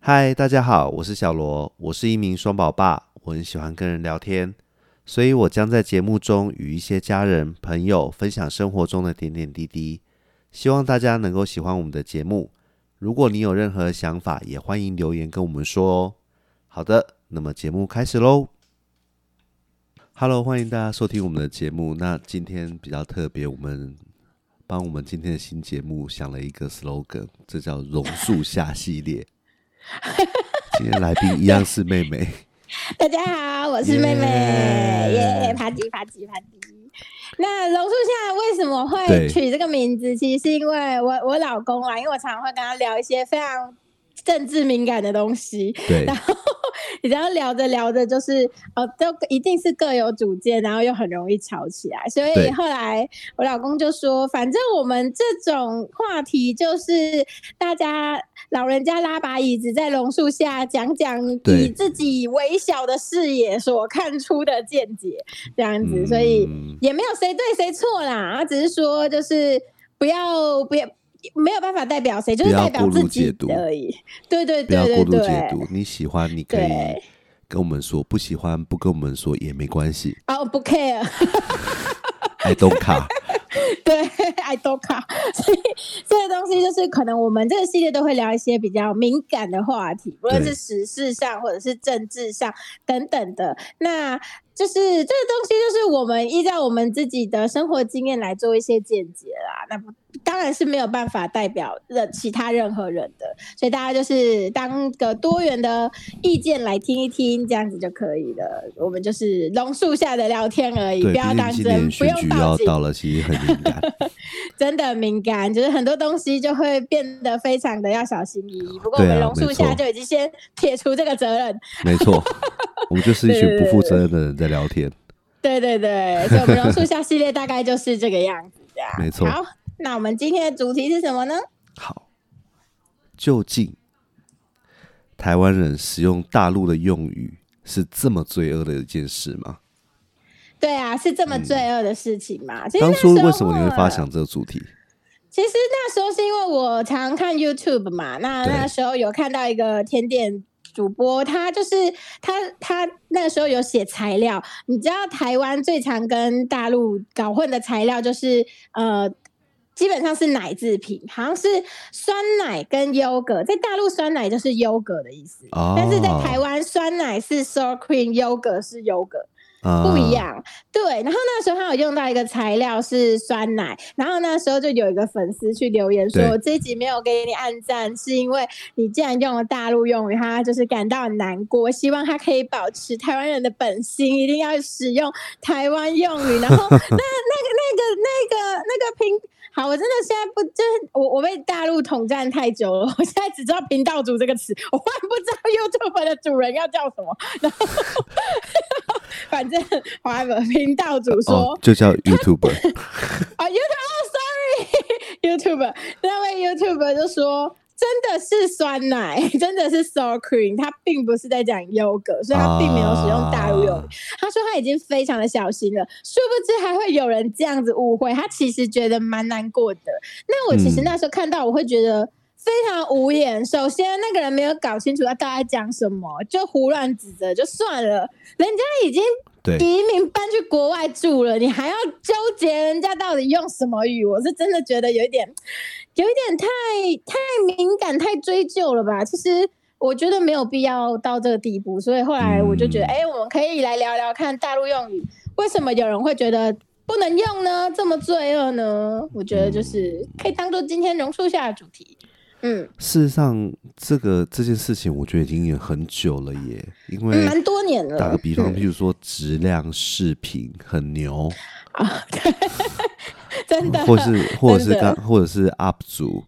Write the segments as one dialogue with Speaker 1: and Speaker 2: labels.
Speaker 1: 嗨，大家好，我是小罗，我是一名双宝爸，我很喜欢跟人聊天，所以我将在节目中与一些家人、朋友分享生活中的点点滴滴，希望大家能够喜欢我们的节目。如果你有任何想法，也欢迎留言跟我们说哦。好的，那么节目开始喽。Hello，欢迎大家收听我们的节目。那今天比较特别，我们帮我们今天的新节目想了一个 slogan，这叫“榕树下系列” 。今天来宾一样是妹妹，
Speaker 2: 大家好，我是妹妹，
Speaker 1: 耶
Speaker 2: 耶、啪叽啪叽啪叽。那榕树下为什么
Speaker 1: 对
Speaker 2: 会取这个名字？其实是因为我我老公啊啦，因为我常常会跟他聊一些非常政治敏感的东西，
Speaker 1: 对
Speaker 2: 然后你知道聊着聊着就是哦，都一定是各有主见，然后又很容易吵起来，所
Speaker 1: 对
Speaker 2: 以后来我老公就说，反正我们这种话题就是大家老人家拉把椅子在榕树下讲讲
Speaker 1: 对
Speaker 2: 以自己微小的视野所看出的见解，这样子，所以
Speaker 1: 嗯
Speaker 2: 也没有谁对谁错啦，啊只是说就是不要不要。没有办法代表谁，就是
Speaker 1: 不要
Speaker 2: 代表
Speaker 1: 过度
Speaker 2: 自
Speaker 1: 解
Speaker 2: 己
Speaker 1: 读
Speaker 2: 的而已。对对
Speaker 1: 不要
Speaker 2: 对
Speaker 1: 过
Speaker 2: 对
Speaker 1: 度
Speaker 2: 对，
Speaker 1: 解读。你喜欢你可以
Speaker 2: 对
Speaker 1: 跟我们说，不喜欢不跟我们说也没关系。
Speaker 2: 哦，不 care，
Speaker 1: I don't care。
Speaker 2: 对，I don't care。所以这个东西就是可能我们这个系列都会聊一些比较敏感的话题，无论
Speaker 1: 对
Speaker 2: 是时事上或者是政治上等等的。那就是这个东西，就是我们依照我们自己的生活经验来做一些见解啦。那不当然是没有办法代表任其他任何人的，所以大家就是当个多元的意见来听一听，这样子就可以了。我们就是榕树下的聊天而已，
Speaker 1: 对，
Speaker 2: 不
Speaker 1: 毕
Speaker 2: 要当
Speaker 1: 竟今年
Speaker 2: 真，
Speaker 1: 选
Speaker 2: 不
Speaker 1: 举又
Speaker 2: 用
Speaker 1: 要
Speaker 2: 报警。
Speaker 1: 到了，其实很敏 感。
Speaker 2: 真的敏感，就是很多东西就会变得非常的要小心翼翼。不过我
Speaker 1: 对
Speaker 2: 们
Speaker 1: 啊
Speaker 2: 榕树
Speaker 1: 没
Speaker 2: 下
Speaker 1: 错
Speaker 2: 就已经先撇除这个责任，
Speaker 1: 没错，我们就是一群
Speaker 2: 对
Speaker 1: 不负责任的人在聊天。啊
Speaker 2: 对对对，所以我们榕树下系列大概就是这个样子的、
Speaker 1: 没错
Speaker 2: 好，那我们今天的主题是什么呢？
Speaker 1: 好，究竟台湾人使用大陆的用语是这么罪恶的一件事吗？
Speaker 2: 对啊，是这么罪恶的事情嘛？其
Speaker 1: 嗯
Speaker 2: 实
Speaker 1: 当
Speaker 2: 那
Speaker 1: 初
Speaker 2: 时候
Speaker 1: 为什么你会发想这个主题？
Speaker 2: 其实那时候是因为我常看 YouTube 嘛，那
Speaker 1: 对
Speaker 2: 那时候有看到一个甜点主播，他就是他他那时候有写材料，你知道台湾最常跟大陆搞混的材料就是呃。基本上是奶制品，好像是酸奶跟优格，在大陆酸奶就是优格的意思，
Speaker 1: 哦
Speaker 2: 但是在台湾酸奶是 sour cream，优格是优格，
Speaker 1: 啊
Speaker 2: 不一。样。对，然后那时候他有用到一个材料是酸奶，然后那时候就有一个粉丝去留言说：“
Speaker 1: 对
Speaker 2: 我这一集没有给你按赞，是因为你竟然用了大陆用语，他就是感到很难过，希望他可以保持台湾人的本心，一定要使用台湾用语。”然后那那个那个那个那个评。好，我真的现在不就是我我被大陆统战太久了，我现在只知道频道主这个词，我忽然不知道 YouTube 的主人要叫什么。 反正 whatever 频道主说，
Speaker 1: 哦，就叫 YouTuber，
Speaker 2: 啊、y o u t u b e s o r r y y o u t u b e 那位 YouTuber 就说，真的是酸奶，真的是 sour cream，他并不是在讲优格，所以他并没有使用大陆用语。
Speaker 1: 啊
Speaker 2: 他说他已经非常的小心了，殊不知还会有人这样子误会，他其实觉得蛮难过的。那我其实
Speaker 1: 嗯
Speaker 2: 那时候看到，我会觉得。非常无言。首先，那个人没有搞清楚他到底在讲什么，就胡乱指责就算了。人家已经
Speaker 1: 对，
Speaker 2: 移民搬去国外住了，你还要纠结人家到底用什么语？我是真的觉得有一点，有一点太太敏感、太追究了吧？其实我觉得没有必要到这个地步，所以后来我就觉得，
Speaker 1: 嗯
Speaker 2: 哎、我们可以来聊聊看大陆用语，为什么有人会觉得不能用呢？这么罪恶呢？我觉得就是可以当做今天榕树下的主题。嗯，
Speaker 1: 事实上，这个这件事情，我觉得已经也很久了耶，因
Speaker 2: 嗯
Speaker 1: 为
Speaker 2: 蛮、多年了。
Speaker 1: 打个比方，
Speaker 2: 嗯
Speaker 1: 譬如说质量视频很牛，
Speaker 2: 啊，对 真的，
Speaker 1: 或是或者是
Speaker 2: 真
Speaker 1: 刚
Speaker 2: 的
Speaker 1: 或者是 UP 主，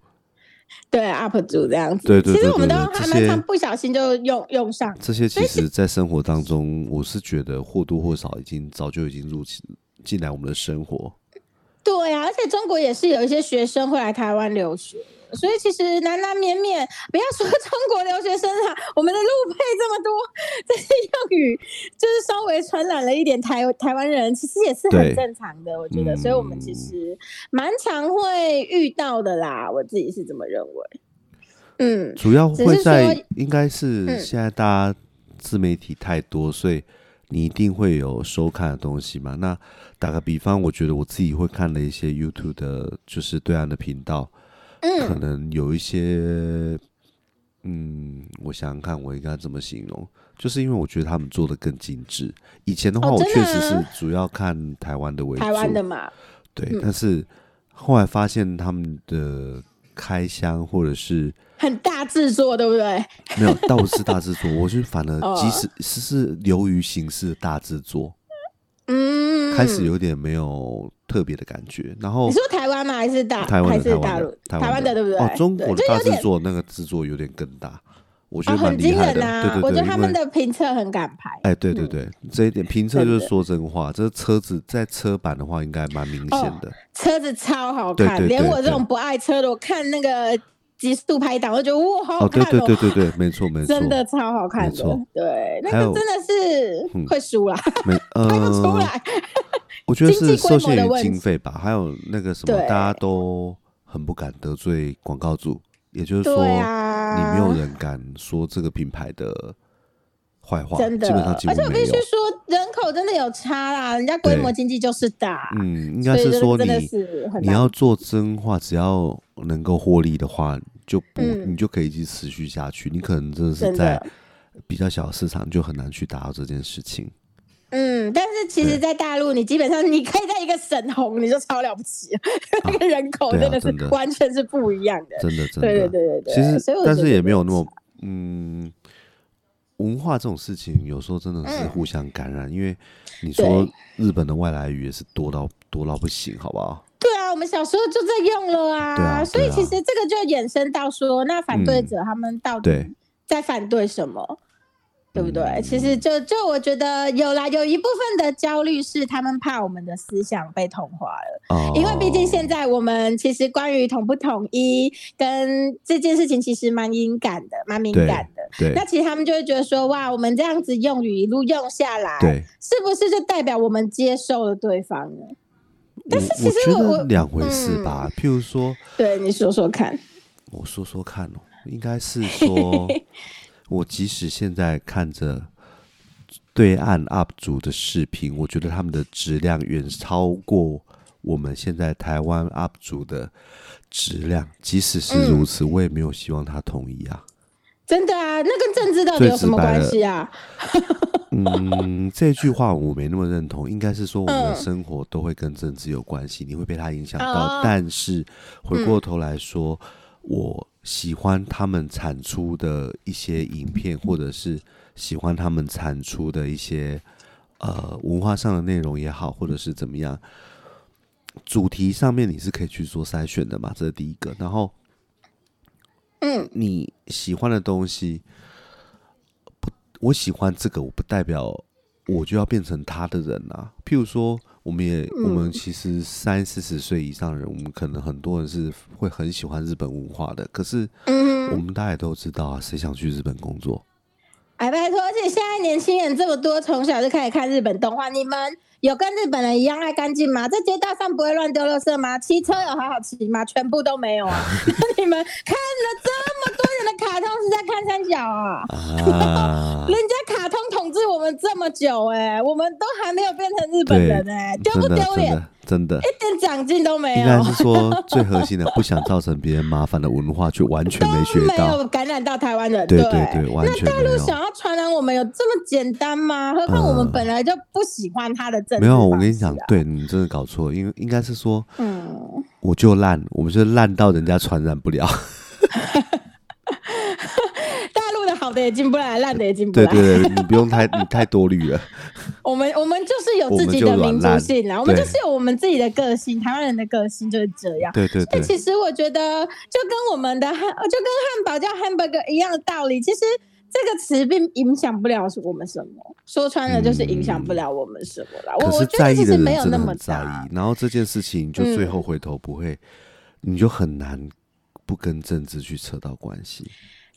Speaker 2: 对 UP 主这样子。
Speaker 1: 对对对
Speaker 2: 其实我们
Speaker 1: 对
Speaker 2: 都
Speaker 1: 对
Speaker 2: 还
Speaker 1: 这些
Speaker 2: 蛮常不小心就用用上。
Speaker 1: 这些其实，在生活当中，我是觉得或多或少已经早就已经入侵进来我们的生活。
Speaker 2: 对啊，而且中国也是有一些学生会来台湾留学。所以其实难难免免，不要说中国留学生啊，我们的路配这么多，这些用语就是稍微传染了一点台台湾人，其实也是
Speaker 1: 对
Speaker 2: 很正常的，我觉得。
Speaker 1: 嗯
Speaker 2: 所以我们其实蛮常会遇到的啦，我自己是这么认为。嗯，
Speaker 1: 主要
Speaker 2: 只
Speaker 1: 会
Speaker 2: 是
Speaker 1: 在
Speaker 2: 说
Speaker 1: 应该是
Speaker 2: 嗯
Speaker 1: 现在大家自媒体太多，所以你一定会有收看的东西嘛。那打个比方，我觉得我自己会看的一些 YouTube 的，就是对岸的频道，可
Speaker 2: 嗯，
Speaker 1: 能有一些，嗯，我想想看，我应该怎么形容？就是因为我觉得他们做的更精致。以前的话，
Speaker 2: 哦
Speaker 1: 我
Speaker 2: 真的
Speaker 1: 确实是
Speaker 2: 啊
Speaker 1: 主要看台湾的为主，
Speaker 2: 台湾的嘛，
Speaker 1: 对，
Speaker 2: 嗯
Speaker 1: 但是后来发现他们的开箱或者是
Speaker 2: 很大制作，对不对？
Speaker 1: 没有，倒不是大制作，我是反而
Speaker 2: 哦
Speaker 1: 即使是是流于形式的大制作，
Speaker 2: 嗯，
Speaker 1: 开始有点没有特别的感觉。然后
Speaker 2: 你说台湾吗？还是大
Speaker 1: 台湾
Speaker 2: 还
Speaker 1: 的台
Speaker 2: 是
Speaker 1: 湾
Speaker 2: 大
Speaker 1: 的
Speaker 2: 陆？
Speaker 1: 台
Speaker 2: 的对不对？
Speaker 1: 哦，中国的
Speaker 2: 对就
Speaker 1: 大
Speaker 2: 有
Speaker 1: 制
Speaker 2: 点
Speaker 1: 作那个制作有点更大，我觉
Speaker 2: 哦，
Speaker 1: 得蛮
Speaker 2: 很
Speaker 1: 厉
Speaker 2: 惊
Speaker 1: 害
Speaker 2: 人
Speaker 1: 的。对
Speaker 2: 啊！
Speaker 1: 对对，
Speaker 2: 我觉得
Speaker 1: 因
Speaker 2: 他们
Speaker 1: 为
Speaker 2: 的评测很敢拍。
Speaker 1: 哎，对对
Speaker 2: 嗯
Speaker 1: 对，这一点评测就是
Speaker 2: 真的
Speaker 1: 说真话，这车子在车版的话应该蛮明显
Speaker 2: 哦
Speaker 1: 的。
Speaker 2: 车子超好
Speaker 1: 对
Speaker 2: 看，
Speaker 1: 对
Speaker 2: 连
Speaker 1: 对
Speaker 2: 我这种
Speaker 1: 对
Speaker 2: 不爱车的，我看那个极速拍档，我就觉得哇，好好
Speaker 1: 哦，
Speaker 2: 看
Speaker 1: 对对
Speaker 2: 哦，
Speaker 1: 对对对，没错没错，
Speaker 2: 真的超好看
Speaker 1: 没
Speaker 2: 的
Speaker 1: 错。
Speaker 2: 对，那
Speaker 1: 还有
Speaker 2: 个真的
Speaker 1: 嗯
Speaker 2: 是会输啦，
Speaker 1: 没
Speaker 2: 看不出
Speaker 1: 呃，
Speaker 2: 来。
Speaker 1: 我觉得
Speaker 2: 经
Speaker 1: 是
Speaker 2: 济规
Speaker 1: 受
Speaker 2: 模的
Speaker 1: 限于
Speaker 2: 问
Speaker 1: 经
Speaker 2: 题
Speaker 1: 费吧，还有那个什么，
Speaker 2: 对
Speaker 1: 大家都很不敢得罪广告主，也就是说，
Speaker 2: 对
Speaker 1: 你
Speaker 2: 啊，
Speaker 1: 没有人敢说这个品牌的坏话，
Speaker 2: 真的，
Speaker 1: 基本上几
Speaker 2: 而
Speaker 1: 乎
Speaker 2: 且我
Speaker 1: 没
Speaker 2: 必须
Speaker 1: 有。
Speaker 2: 说，人口真的有差啦，人家规模
Speaker 1: 对
Speaker 2: 经济就是大，
Speaker 1: 嗯，应
Speaker 2: 啊所
Speaker 1: 该
Speaker 2: 以
Speaker 1: 是
Speaker 2: 这
Speaker 1: 说
Speaker 2: 个
Speaker 1: 你
Speaker 2: 真的是很
Speaker 1: 你
Speaker 2: 难
Speaker 1: 要做真话，只要能够获利的话，就不、
Speaker 2: 嗯
Speaker 1: 你就可以一直持续下去。你可能真的是
Speaker 2: 真的
Speaker 1: 在比较小的市场就很难去达到这件事情。
Speaker 2: 嗯，但是其
Speaker 1: 对
Speaker 2: 实，在大陆，你基本上你可以在一个省红，你就超了不起了，那个人口
Speaker 1: 对啊
Speaker 2: 真的是
Speaker 1: 真的
Speaker 2: 完全是不一样的。
Speaker 1: 真的，真的，
Speaker 2: 对对对对对，
Speaker 1: 其实
Speaker 2: 所以我
Speaker 1: 但
Speaker 2: 觉
Speaker 1: 是
Speaker 2: 得
Speaker 1: 也没有那么嗯，文化这种事情有时候真的是
Speaker 2: 嗯
Speaker 1: 互相感染，因为你说
Speaker 2: 对
Speaker 1: 日本的外来语也是多到多到不行，好不好？
Speaker 2: 对啊，我们小时候就在用了啊，
Speaker 1: 对啊
Speaker 2: 所以
Speaker 1: 对啊嗯
Speaker 2: 其实这个就衍生到说，那反对者他们到
Speaker 1: 对
Speaker 2: 底在反对什么？对不对？
Speaker 1: 嗯
Speaker 2: 其实就就我觉得有啦，有一部分的焦虑是他们怕我们的思想被同化了。
Speaker 1: 哦，
Speaker 2: 因为毕竟现在我们其实关于统不统一跟这件事情其实蛮敏感的，蛮敏感的。
Speaker 1: 对
Speaker 2: 那其实他们就会觉得说，哇，我们这样子用语一路用下来，
Speaker 1: 对，
Speaker 2: 是不是就代表我们接受了对方呢？但是
Speaker 1: 我
Speaker 2: 其实
Speaker 1: 觉
Speaker 2: 我
Speaker 1: 得
Speaker 2: 我嗯
Speaker 1: 两回事吧。譬如说，
Speaker 2: 对，你说说看。
Speaker 1: 我说说看哦，应该是说，我即使现在看着对岸 UP 主的视频，我觉得他们的质量远超过我们现在台湾 UP 主的质量。即使是如此，我也没有希望他统一啊。
Speaker 2: 真的啊，那跟政治到底有什么关系啊？
Speaker 1: 嗯，这句话我没那么认同，应该是说我们的
Speaker 2: 嗯
Speaker 1: 生活都会跟政治有关系，你会被它影响到。
Speaker 2: 哦嗯
Speaker 1: 但是回过头来说，我喜欢他们产出的一些影片，或者是喜欢他们产出的一些呃文化上的内容也好，或者是怎么样，主题上面你是可以去做筛选的嘛，这是第一个。然后
Speaker 2: 嗯，
Speaker 1: 你喜欢的东西，不，我喜欢这个，我不代表我就要变成他的人啊。譬如说，我们也、
Speaker 2: 嗯
Speaker 1: 我们其实三四十岁以上的人，我们可能很多人是会很喜欢日本文化的，可是
Speaker 2: 嗯
Speaker 1: 我们大家也都知道啊，谁想去日本工 作？
Speaker 2: 哎，拜托，而且现在年轻人这么多，从小就开始看日本动画，你们有跟日本人一样爱干净吗？在街道上不会乱丢垃圾吗？骑车有好好骑吗？全部都没有啊！ 那你们看了这么多人的卡通是在看三角啊？
Speaker 1: 啊
Speaker 2: 人，家卡通统治我们这么久、哎，我们都还没有变成日本人、哎，丢
Speaker 1: 真
Speaker 2: 不
Speaker 1: 的
Speaker 2: 丢
Speaker 1: 真
Speaker 2: 脸？
Speaker 1: 的真的，
Speaker 2: 一点长进都没
Speaker 1: 应
Speaker 2: 有，
Speaker 1: 该是说最核心的， 不想造成别人麻烦的文化，却完全没学
Speaker 2: 没
Speaker 1: 到。
Speaker 2: 有感染到台湾人。
Speaker 1: 对对对，完全没
Speaker 2: 大陆
Speaker 1: 有。
Speaker 2: 想要传染我们有这么简单吗？何况我们本来就不喜欢他的
Speaker 1: 嗯
Speaker 2: 政治、啊
Speaker 1: 没有，我跟你讲，，对你真的搞错，因为应该是说，
Speaker 2: 嗯，
Speaker 1: 我就烂，我们是烂到人家传染不 了。
Speaker 2: 大陆的好的也进不来，烂的也进不
Speaker 1: 对
Speaker 2: 来。
Speaker 1: 对对，你不用太你太多虑 了。
Speaker 2: 我们我们就是有自己
Speaker 1: 我
Speaker 2: 的
Speaker 1: 们就
Speaker 2: 民
Speaker 1: 软烂
Speaker 2: 族性啊啦，我们
Speaker 1: 对
Speaker 2: 就是有我们自己的个性，台湾人的个性就是这样。
Speaker 1: 对对
Speaker 2: 但
Speaker 1: 对，
Speaker 2: 其实我觉得，就跟我们的汉，就跟汉堡叫 hamburger 一样的道理，其实。这个词并影响不了我们什么，说穿了就是影响不了我们什么啦。我
Speaker 1: 嗯可
Speaker 2: 我
Speaker 1: 是
Speaker 2: 觉得
Speaker 1: 在
Speaker 2: 其
Speaker 1: 意
Speaker 2: 实
Speaker 1: 的
Speaker 2: 没
Speaker 1: 人
Speaker 2: 有
Speaker 1: 真
Speaker 2: 那
Speaker 1: 的
Speaker 2: 么
Speaker 1: 很在
Speaker 2: 大，嗯
Speaker 1: 意，然后这件事情就最后回头不会，你就很难不跟政治去扯到关 系。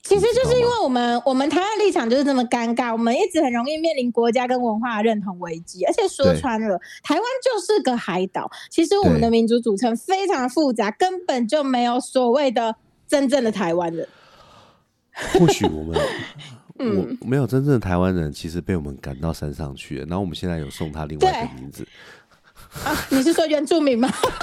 Speaker 2: 其实就
Speaker 1: 你
Speaker 2: 是
Speaker 1: 知
Speaker 2: 因
Speaker 1: 道吗
Speaker 2: 为我们我们台湾立场就是这么尴尬，我们一直很容易面临国家跟文化的认同危机，而且说
Speaker 1: 对
Speaker 2: 穿了，台湾就是个海岛，其实我们
Speaker 1: 对
Speaker 2: 的民族组成非常复杂，根本就没有所谓的真正的台湾人。
Speaker 1: 或许我 们
Speaker 2: 嗯
Speaker 1: 我没有真正的台湾人，其实被我们赶到山上去了。然后我们现在有送他另外一个
Speaker 2: 对
Speaker 1: 名 字，
Speaker 2: 啊，你是说原住民吗？ 对，哎、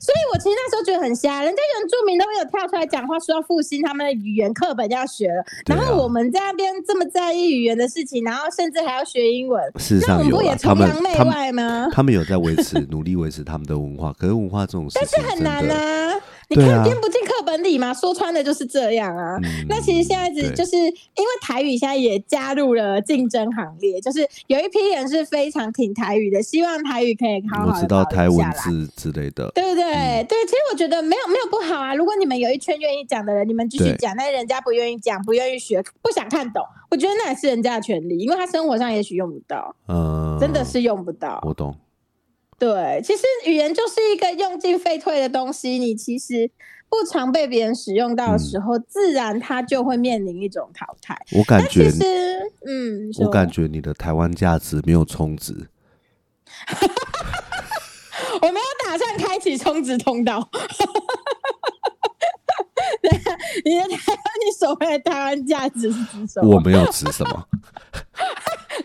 Speaker 2: 所以我其实那时候觉得很瞎，人家原住民都有跳出来讲话，说要复兴他们的语言课本要学了，
Speaker 1: 对啊
Speaker 2: 然后我们在那边这么在意语言的事情，然后甚至还要学 英文，
Speaker 1: 事实
Speaker 2: 那我
Speaker 1: 上
Speaker 2: 们
Speaker 1: 有
Speaker 2: 不
Speaker 1: 啊
Speaker 2: 也，
Speaker 1: 他
Speaker 2: 崇
Speaker 1: 们
Speaker 2: 洋媚
Speaker 1: 他们
Speaker 2: 外吗？
Speaker 1: 他们有在维持努力维持他们的文化，可是文化这种事情
Speaker 2: 这很
Speaker 1: 真
Speaker 2: 难
Speaker 1: 的
Speaker 2: 啊！你
Speaker 1: 对啊
Speaker 2: 看编不进课本里嘛，说穿的就是这样啊。
Speaker 1: 嗯
Speaker 2: 那其实现在只
Speaker 1: 对
Speaker 2: 就是因为台语现在也加入了竞争行列，就是有一批人是非常挺台语的，希望台语可以好好
Speaker 1: 我
Speaker 2: 地
Speaker 1: 知道
Speaker 2: 保留
Speaker 1: 台
Speaker 2: 下
Speaker 1: 文
Speaker 2: 来
Speaker 1: 字之类的，
Speaker 2: 对不对？
Speaker 1: 嗯
Speaker 2: 对，其实我觉得没有没有不好啊。如果你们有一圈愿意讲的人，你们继续
Speaker 1: 对
Speaker 2: 讲；但人家不愿意讲，不愿意学，不想看懂，我觉得那也是人家的权利，因为他生活上也许用不到，
Speaker 1: 嗯，
Speaker 2: 真的是用不到。
Speaker 1: 我懂，
Speaker 2: 对，其实语言就是一个用进废退的东西，你其实不常被别人使用到的
Speaker 1: 嗯
Speaker 2: 时候，自然它就会面临一种淘汰。
Speaker 1: 我感
Speaker 2: 但
Speaker 1: 觉
Speaker 2: 其实，嗯，
Speaker 1: 我
Speaker 2: 说
Speaker 1: 感觉你的台湾价值没有充值，
Speaker 2: 我没有打算开启充值通道。 你的台湾，你所谓的台湾价值是指什么？
Speaker 1: 我没有值什 么，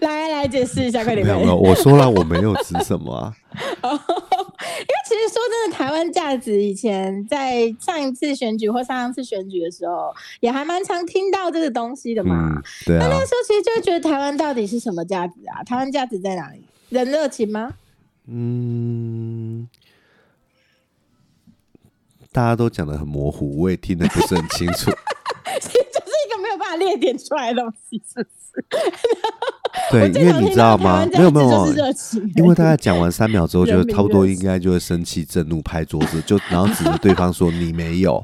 Speaker 2: 来来来，解释一下，快
Speaker 1: 没
Speaker 2: 点！
Speaker 1: 有
Speaker 2: 快
Speaker 1: 没
Speaker 2: 点
Speaker 1: 有，我说了我没有值什么 啊，
Speaker 2: 因为其实说真的，台湾价值以前在上一次选举或上上次选举的时候，也还蛮常听到这个东西的嘛。
Speaker 1: 嗯，对啊
Speaker 2: 那，那时候其实就会觉得台湾到底是什么价值啊？台湾价值在哪里？人热情吗？
Speaker 1: 嗯，大家都讲的很模糊，我也听得不是很清 楚，
Speaker 2: 其实就是一个没有办法列点出来的东西，是不是？
Speaker 1: 对，
Speaker 2: 我
Speaker 1: 因
Speaker 2: 最
Speaker 1: 为
Speaker 2: 常
Speaker 1: 你
Speaker 2: 听
Speaker 1: 知
Speaker 2: 到
Speaker 1: 道
Speaker 2: 台
Speaker 1: 吗？
Speaker 2: 湾价
Speaker 1: 没有
Speaker 2: 值
Speaker 1: 没有
Speaker 2: 就是，热情，
Speaker 1: 因为大概讲完三秒之后，就
Speaker 2: 人民
Speaker 1: 差不多
Speaker 2: 热
Speaker 1: 应该就会生气、震怒、拍桌子，就然后指着对方说：“你没有，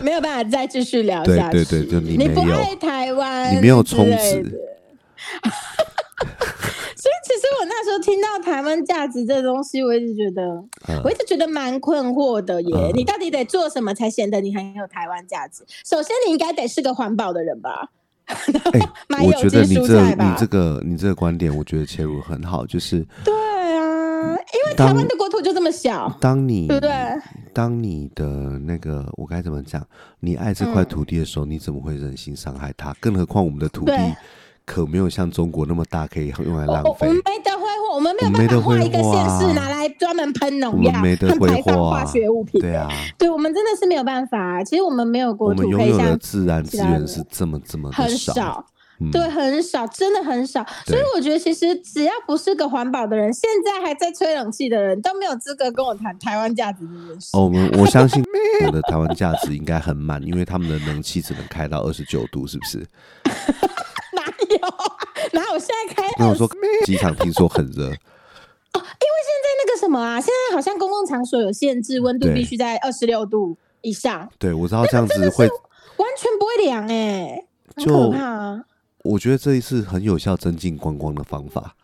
Speaker 2: 没有办法再继续聊
Speaker 1: 对
Speaker 2: 下去。
Speaker 1: 对对就你
Speaker 2: 你不
Speaker 1: 没有
Speaker 2: 爱台湾，
Speaker 1: 你没有充
Speaker 2: 之类的
Speaker 1: 值。
Speaker 2: 所以其实我那时候听到台湾价值这东西，我一直觉得，
Speaker 1: 嗯
Speaker 2: 我一直觉得蛮困惑的耶。
Speaker 1: 嗯
Speaker 2: 你到底得做什么才显得你很有台湾价值？首先，你应该得是个环保的人吧？
Speaker 1: 哎
Speaker 2: 买
Speaker 1: 我
Speaker 2: 有
Speaker 1: 觉
Speaker 2: 机
Speaker 1: 得你
Speaker 2: 蔬
Speaker 1: 这、
Speaker 2: 菜
Speaker 1: 你
Speaker 2: 吧
Speaker 1: 这？个、你这个观点，我觉得切入很好。就是
Speaker 2: 对啊，因为
Speaker 1: 当
Speaker 2: 台湾的国土就这么小，
Speaker 1: 当你
Speaker 2: 对不对？
Speaker 1: 当你的那个我该怎么讲？你爱这块
Speaker 2: 嗯
Speaker 1: 土地的时候，你怎么会忍心伤害它？更何况我们的土
Speaker 2: 对
Speaker 1: 地可没有像中国那么大，可以用来
Speaker 2: 我
Speaker 1: 浪
Speaker 2: 哦我我
Speaker 1: 费
Speaker 2: 们。没得挥霍，我们没
Speaker 1: 我
Speaker 2: 有
Speaker 1: 们
Speaker 2: 办
Speaker 1: 没得
Speaker 2: 法画
Speaker 1: 挥
Speaker 2: 一个
Speaker 1: 霍
Speaker 2: 县
Speaker 1: 啊
Speaker 2: 市拿来专门喷
Speaker 1: 我
Speaker 2: 农
Speaker 1: 们
Speaker 2: 药
Speaker 1: 没得
Speaker 2: 和
Speaker 1: 挥
Speaker 2: 排放
Speaker 1: 霍
Speaker 2: 化
Speaker 1: 啊
Speaker 2: 学物品。
Speaker 1: 对 啊，
Speaker 2: 对我们真的是没有办法、其实我们没有
Speaker 1: 我
Speaker 2: 国
Speaker 1: 们
Speaker 2: 土
Speaker 1: 拥
Speaker 2: 可以
Speaker 1: 有的
Speaker 2: 像
Speaker 1: 自然
Speaker 2: 其
Speaker 1: 资
Speaker 2: 他
Speaker 1: 源
Speaker 2: 人
Speaker 1: 是这么这么的
Speaker 2: 很
Speaker 1: 少。
Speaker 2: 少，
Speaker 1: 嗯
Speaker 2: 对，很少，真的很少。所以
Speaker 1: 对
Speaker 2: 我觉得，其实只要不是个环保的人，现在还在吹冷气的人，都没有资格跟我谈台湾价值这件事。
Speaker 1: 哦，我们我相信我的台湾价值应该很满，因为他们的冷气只能开到二十九度，是不是？
Speaker 2: 哪有啊？哪有？现在开
Speaker 1: 那我
Speaker 2: 二
Speaker 1: 说
Speaker 2: 十
Speaker 1: 机场听说很热，
Speaker 2: 现在那个什么啊？现在好像公共场所有限制，温度
Speaker 1: 对
Speaker 2: 必须在二十六度以上，
Speaker 1: 对我知道这样子会，
Speaker 2: 完全不会凉哎、很
Speaker 1: 就
Speaker 2: 可怕啊！
Speaker 1: 我觉得这一次很有效增进观光的方法。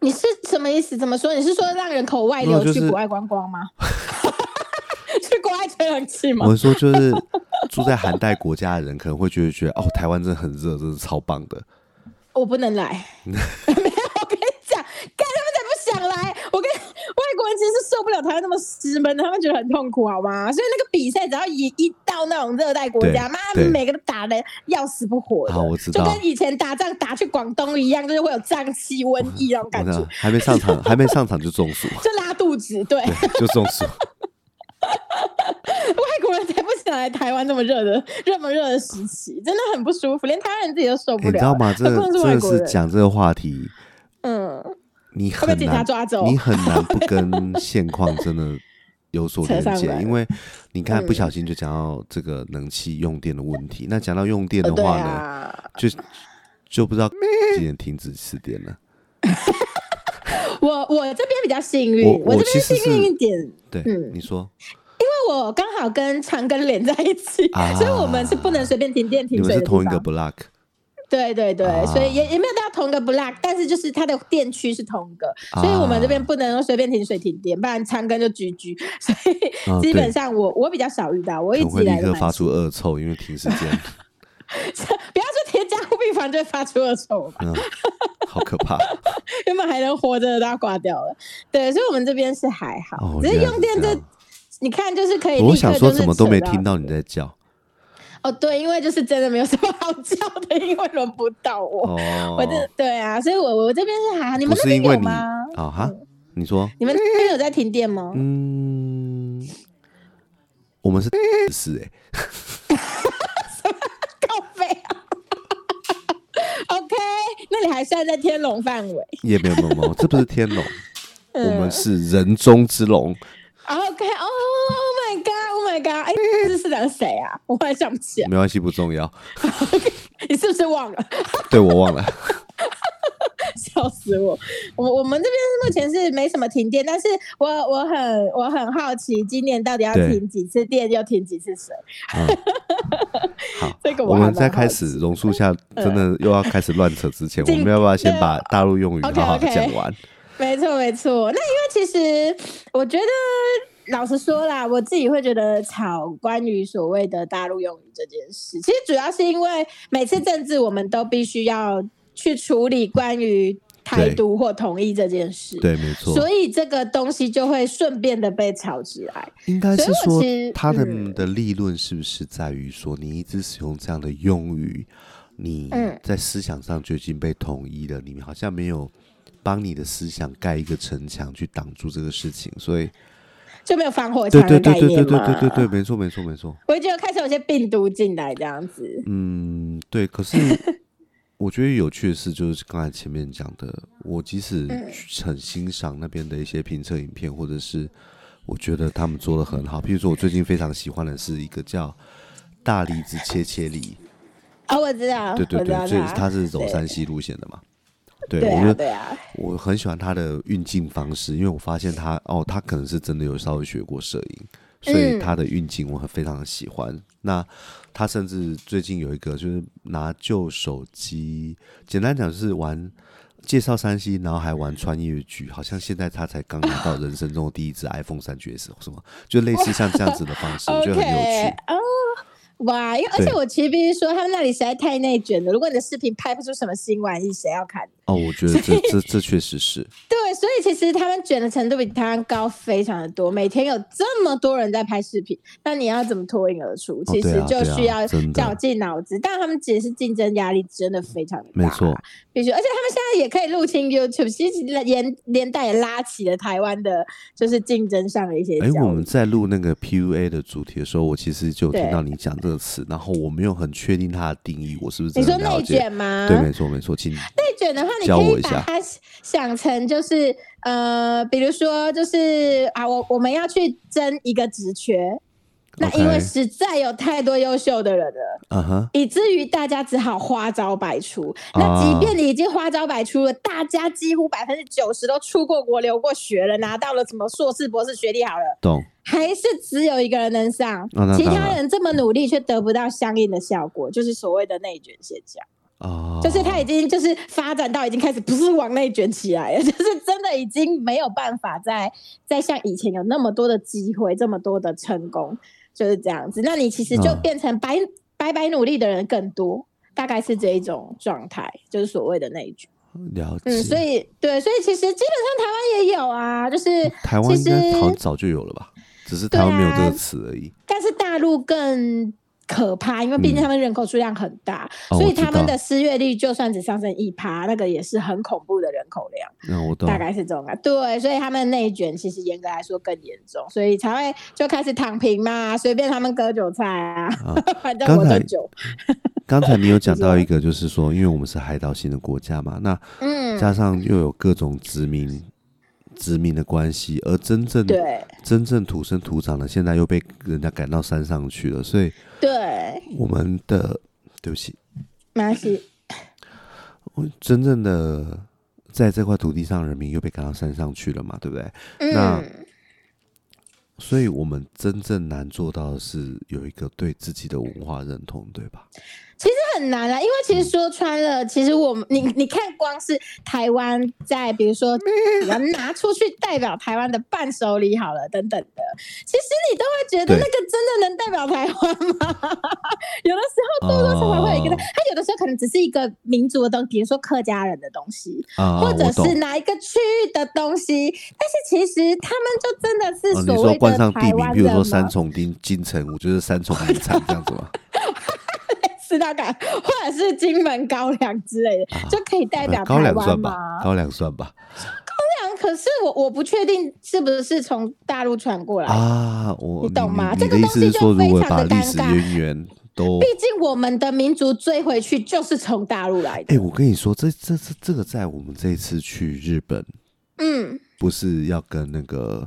Speaker 2: 你是什么意思？怎么说？你是说让人口外
Speaker 1: 没有
Speaker 2: 流
Speaker 1: 就
Speaker 2: 去
Speaker 1: 是
Speaker 2: 国外观光 吗？去国外吹冷气吗
Speaker 1: 我？是说就是住在寒带国家的人可能会觉得觉得哦，台湾真的很热，真是超棒的。
Speaker 2: 我不能 来，没有，我跟你讲，干他们才不想来。我跟外国人其实是受不了台湾那么湿闷的，他们觉得很痛苦，好吗？所以那个比赛只要一一到那种热带国家，
Speaker 1: 对
Speaker 2: 妈
Speaker 1: 对
Speaker 2: 每个都打的要死不活的，
Speaker 1: 好我知
Speaker 2: 就
Speaker 1: 道
Speaker 2: 跟以前打仗打去广东一样，就是会有瘴气、瘟疫那种
Speaker 1: 我
Speaker 2: 感觉
Speaker 1: 想， 还没上场，还没上场就中 暑，
Speaker 2: 就拉肚子。对，
Speaker 1: 对，就中暑。
Speaker 2: 外国人才不想来台湾那么热的、这么热的时期，真的很不舒服，连台湾人自己都受
Speaker 1: 欸
Speaker 2: 不
Speaker 1: 你知
Speaker 2: 了
Speaker 1: 道。吗？这
Speaker 2: 何况是
Speaker 1: 真
Speaker 2: 外
Speaker 1: 的
Speaker 2: 国
Speaker 1: 是
Speaker 2: 人
Speaker 1: 讲这个话题，
Speaker 2: 嗯，
Speaker 1: 你
Speaker 2: 会被
Speaker 1: 很
Speaker 2: 警察
Speaker 1: 难，
Speaker 2: 抓走。
Speaker 1: 你很难不跟现况真的有所
Speaker 2: 扯
Speaker 1: 连
Speaker 2: 上
Speaker 1: 接，
Speaker 2: 来
Speaker 1: 因为你看不
Speaker 2: 嗯
Speaker 1: 小心就讲到这个冷气用电的问题。那讲到用电
Speaker 2: 呃
Speaker 1: 的
Speaker 2: 对
Speaker 1: 话呢，
Speaker 2: 啊。
Speaker 1: 就就不知道几点停止吃电了。
Speaker 2: 我我这边比较幸运，
Speaker 1: 我
Speaker 2: 我
Speaker 1: 我
Speaker 2: 这边
Speaker 1: 其实
Speaker 2: 幸运
Speaker 1: 是
Speaker 2: 一点，因
Speaker 1: 对，
Speaker 2: 嗯
Speaker 1: 你说
Speaker 2: 为我刚好跟长庚连在一起，
Speaker 1: 啊
Speaker 2: 所以我们是不能随便停电
Speaker 1: 你
Speaker 2: 停
Speaker 1: 们
Speaker 2: 水
Speaker 1: 是
Speaker 2: 的地
Speaker 1: 同
Speaker 2: 方。
Speaker 1: 一个 block，
Speaker 2: 对对对，
Speaker 1: 啊
Speaker 2: 所以也也没有到同一个 block，但是就是它的电区是同一个，
Speaker 1: 啊
Speaker 2: 所以我们这边不能随便停水停电，不然长庚就居居。 所
Speaker 1: 啊
Speaker 2: 以基本上我、我比较少遇到，我
Speaker 1: 可
Speaker 2: 一
Speaker 1: 能
Speaker 2: 直
Speaker 1: 会
Speaker 2: 以
Speaker 1: 立
Speaker 2: 来都
Speaker 1: 刻
Speaker 2: 蛮
Speaker 1: 发出恶臭，因为停时 间，
Speaker 2: 不要说贴加护病房就会发出恶臭吧，
Speaker 1: 嗯，好可怕。
Speaker 2: 原本还能活着的都要挂掉了。对，所以我们这边是还好，
Speaker 1: 哦，
Speaker 2: 只是
Speaker 1: 原来
Speaker 2: 用电
Speaker 1: 这
Speaker 2: 这
Speaker 1: 样
Speaker 2: 你看就是可以立刻就是扯
Speaker 1: 我
Speaker 2: 到。
Speaker 1: 想说怎么都没听到你在叫，
Speaker 2: 哦，对，因为就是真的没有什么好叫的，因为轮不到 我。
Speaker 1: 哦，
Speaker 2: 我这对啊，所以我我这边是还好，你
Speaker 1: 不
Speaker 2: 们那
Speaker 1: 是
Speaker 2: 边
Speaker 1: 因为
Speaker 2: 有
Speaker 1: 你
Speaker 2: 吗？嗯
Speaker 1: 哦哈，你说，
Speaker 2: 你们那边有在停电吗？
Speaker 1: 嗯，我们是是哎，
Speaker 2: 告废啊！OK，那你还算在天龙范围。
Speaker 1: 也没有没有没有，这不是天龙，我
Speaker 2: 嗯
Speaker 1: 们是人中之龙，
Speaker 2: OK，哦、oh,，Oh my God，Oh my God，哎、这是市长谁啊？我忽然想不起来，
Speaker 1: 没关系，不重要，
Speaker 2: 你是不是忘了？
Speaker 1: 对我忘了，
Speaker 2: 笑死我！我我们这边是目前是没什么停电，但是我我很我很好奇，今年到底要
Speaker 1: 对
Speaker 2: 停几次电，又停几次水？
Speaker 1: 嗯，好。
Speaker 2: 这个
Speaker 1: 我
Speaker 2: 还
Speaker 1: 们
Speaker 2: 蛮
Speaker 1: 在开
Speaker 2: 好奇
Speaker 1: 始榕树下，真的又要开始乱扯之 前，我
Speaker 2: 进
Speaker 1: 们要不要先
Speaker 2: 对
Speaker 1: 把大陆用语好好的
Speaker 2: OK，OK
Speaker 1: 讲 完？
Speaker 2: 没错，没错。那因为其实我觉得，老实说啦，我自己会觉得吵关于所谓的大陆用语这件事，其实主要是因为每次政治我们都必须要去处理关于台独或同意这件事，
Speaker 1: 对，没错。
Speaker 2: 所以这个东西就会顺便的被炒起来。
Speaker 1: 应该
Speaker 2: 所以
Speaker 1: 是
Speaker 2: 我
Speaker 1: 说
Speaker 2: 其实，
Speaker 1: 他们
Speaker 2: 嗯
Speaker 1: 的利润是不是在于说，你一直使用这样的用语，你
Speaker 2: 嗯
Speaker 1: 在思想上就已经被统一了，你好像没有帮你的思想盖一个城墙去挡住这个事情，所以，
Speaker 2: 就没有防火
Speaker 1: 对
Speaker 2: 墙
Speaker 1: 对
Speaker 2: 的
Speaker 1: 对
Speaker 2: 概
Speaker 1: 对对
Speaker 2: 念
Speaker 1: 对
Speaker 2: 嘛？啊
Speaker 1: 对对对，没错没错没错，
Speaker 2: 我就觉得开始有些病毒进来这样子。
Speaker 1: 嗯，对。可是我觉得有趣的是，就是刚才前面讲的，我即使很欣赏那边的一些评测影片，或者是我觉得他们做的很好。譬如说，我最近非常喜欢的是一个叫大梨子切切梨，
Speaker 2: 哦，我知道，
Speaker 1: 对对
Speaker 2: 我知
Speaker 1: 对，
Speaker 2: 道
Speaker 1: 所以
Speaker 2: 它
Speaker 1: 他是走山西路线的嘛。对，
Speaker 2: 对
Speaker 1: 我
Speaker 2: 啊
Speaker 1: 觉
Speaker 2: 对
Speaker 1: 得
Speaker 2: 啊，
Speaker 1: 我很喜欢他的运镜方式，因为我发现他哦，他可能是真的有稍微学过摄影，所以
Speaker 2: 嗯
Speaker 1: 他的运镜我很非常的喜欢。那他甚至最近有一个就是拿旧手机，简单讲就是玩介绍山西，然后还玩穿越剧，好像现在他才刚拿到人生中的第一只 iPhone 三 GS 什么，就类似像这样子的方式，我觉得很有趣
Speaker 2: OK，。哦，哇！因为而且
Speaker 1: 对
Speaker 2: 我其实必须说，他们那里实在太内卷了。如果你的视频拍不出什么新玩意，谁要看？
Speaker 1: 哦，我觉得这这这确实是。
Speaker 2: 对，所以其实他们卷的程度比台湾高非常的多。每天有这么多人在拍视频，那你要怎么脱颖而出？其
Speaker 1: 对
Speaker 2: 实
Speaker 1: 啊
Speaker 2: 就
Speaker 1: 对啊
Speaker 2: 需要
Speaker 1: 真的
Speaker 2: 绞尽脑汁。但他们只是竞争压力真的非常的大，
Speaker 1: 没错。
Speaker 2: 必须，而且他们现在也可以入侵 YouTube，其实连连带也拉起了台湾的，就是竞争上的一些
Speaker 1: 哎、我
Speaker 2: 角
Speaker 1: 们
Speaker 2: 力。
Speaker 1: 在录那个 PUA 的主题的时候，我其实就有听
Speaker 2: 对
Speaker 1: 到你讲这个词，然后我没有很确定它的定义，我是不是
Speaker 2: 你
Speaker 1: 真
Speaker 2: 说
Speaker 1: 的了
Speaker 2: 内
Speaker 1: 解？
Speaker 2: 卷吗？
Speaker 1: 对，没错，没错，请
Speaker 2: 内卷的话，你
Speaker 1: 教我
Speaker 2: 可
Speaker 1: 一
Speaker 2: 以
Speaker 1: 下
Speaker 2: 把它想成就是呃，比如说就是啊，我我们要去争一个职缺，那
Speaker 1: OK
Speaker 2: 因为实在有太多优秀的人了，
Speaker 1: 嗯哼，
Speaker 2: 以至于大家只好花招百出。
Speaker 1: 啊
Speaker 2: 那即便你已经花招百出了，大家几乎百分之九十都出过国、留过学了，拿到了什么硕士、博士学历好了。
Speaker 1: 懂，
Speaker 2: 还是只有一个人能上
Speaker 1: 哦那，
Speaker 2: 其
Speaker 1: 当然
Speaker 2: 他人这么努力却得不到相应的效果，就是所谓的内卷现象。
Speaker 1: 哦，
Speaker 2: 就是它已经就是发展到已经开始不是往内卷起来了， 就是真的已经没有办法再再像以前有那么多的机会，这么多的成功，就是这样子。那你其实就
Speaker 1: 嗯
Speaker 2: 变成白、白白努力的人更多，大概是这一种状态，就是所谓的内卷。
Speaker 1: 了解。
Speaker 2: 嗯，所以对，所以其实基本上台湾也有啊，就是
Speaker 1: 台湾应该
Speaker 2: 其实
Speaker 1: 好像早就有了吧，只是
Speaker 2: 对
Speaker 1: 台湾没有这
Speaker 2: 啊
Speaker 1: 个词而已。
Speaker 2: 但是大陆更可怕，因为毕竟他们人口数量很大，
Speaker 1: 哦
Speaker 2: 所
Speaker 1: 我
Speaker 2: 以
Speaker 1: 知
Speaker 2: 他们
Speaker 1: 道
Speaker 2: 的失业率就算只上升一趴，那个也是很恐怖的人口量。
Speaker 1: 那嗯我懂
Speaker 2: 大，概是这种啊，对，所以他们内卷其实严格来说更严重，所以才会就开始躺平嘛，随便他们割韭菜啊， 反正我
Speaker 1: 刚才嗯
Speaker 2: 就韭，
Speaker 1: 刚才你有讲
Speaker 2: 你
Speaker 1: 到
Speaker 2: 说
Speaker 1: 一个，就是说，因为我们是海岛型的国家嘛，那
Speaker 2: 嗯，
Speaker 1: 加上又有各种殖民殖民的关系，而真正
Speaker 2: 对
Speaker 1: 真正土生土长的，现在又被人家赶到山上去了，所以
Speaker 2: 对，
Speaker 1: 我们的对不起，
Speaker 2: 没关系，
Speaker 1: 我真正的在这块土地上，人民又被赶到山上去了嘛，对不对？那
Speaker 2: 嗯，
Speaker 1: 所以我们真正难做到的是有一个对自己的文化认同，对吧？
Speaker 2: 其实很难啊，因为其实说穿了，其实我们你你看，光是台湾在比如说嗯拿出去代表台湾的伴手礼好了等等的，其实你都会觉得
Speaker 1: 对
Speaker 2: 那个真的能代表台湾吗？ 有的时候多多少少会有一个，
Speaker 1: 哦
Speaker 2: 它有的时候可能只是一个民族的东西，比如说客家人的东西，
Speaker 1: 啊，
Speaker 2: 或者
Speaker 1: 我懂
Speaker 2: 是哪一个区域的东西，但是其实他们就真的
Speaker 1: 哦
Speaker 2: 是
Speaker 1: 你
Speaker 2: 所
Speaker 1: 说
Speaker 2: 谓
Speaker 1: 冠
Speaker 2: 的
Speaker 1: 上地
Speaker 2: 台
Speaker 1: 名，
Speaker 2: 湾
Speaker 1: 比如说
Speaker 2: 人
Speaker 1: 三
Speaker 2: 吗？
Speaker 1: 重金金城武，就是三重名产这样子嘛。
Speaker 2: 是那个，或者是金门高粱之类的，就可以 代表
Speaker 1: 啊高
Speaker 2: 台
Speaker 1: 粱
Speaker 2: 湾
Speaker 1: 算
Speaker 2: 吗？
Speaker 1: 吧，高粱算吧。
Speaker 2: 高粱可是我我不确定是不是从大陆传过来，
Speaker 1: 啊，我
Speaker 2: 你懂吗
Speaker 1: 你
Speaker 2: 这
Speaker 1: 你
Speaker 2: 个
Speaker 1: 的意
Speaker 2: 东
Speaker 1: 思
Speaker 2: 西
Speaker 1: 是
Speaker 2: 就
Speaker 1: 说，如
Speaker 2: 非
Speaker 1: 果
Speaker 2: 常
Speaker 1: 把
Speaker 2: 的
Speaker 1: 历
Speaker 2: 尴
Speaker 1: 史
Speaker 2: 尬
Speaker 1: 渊源都
Speaker 2: 毕竟我们的民族追回去就是从大陆来
Speaker 1: 哎、
Speaker 2: 的。
Speaker 1: 我跟你说，这这这这个在我们这一次去日本，
Speaker 2: 嗯，
Speaker 1: 不是要跟那个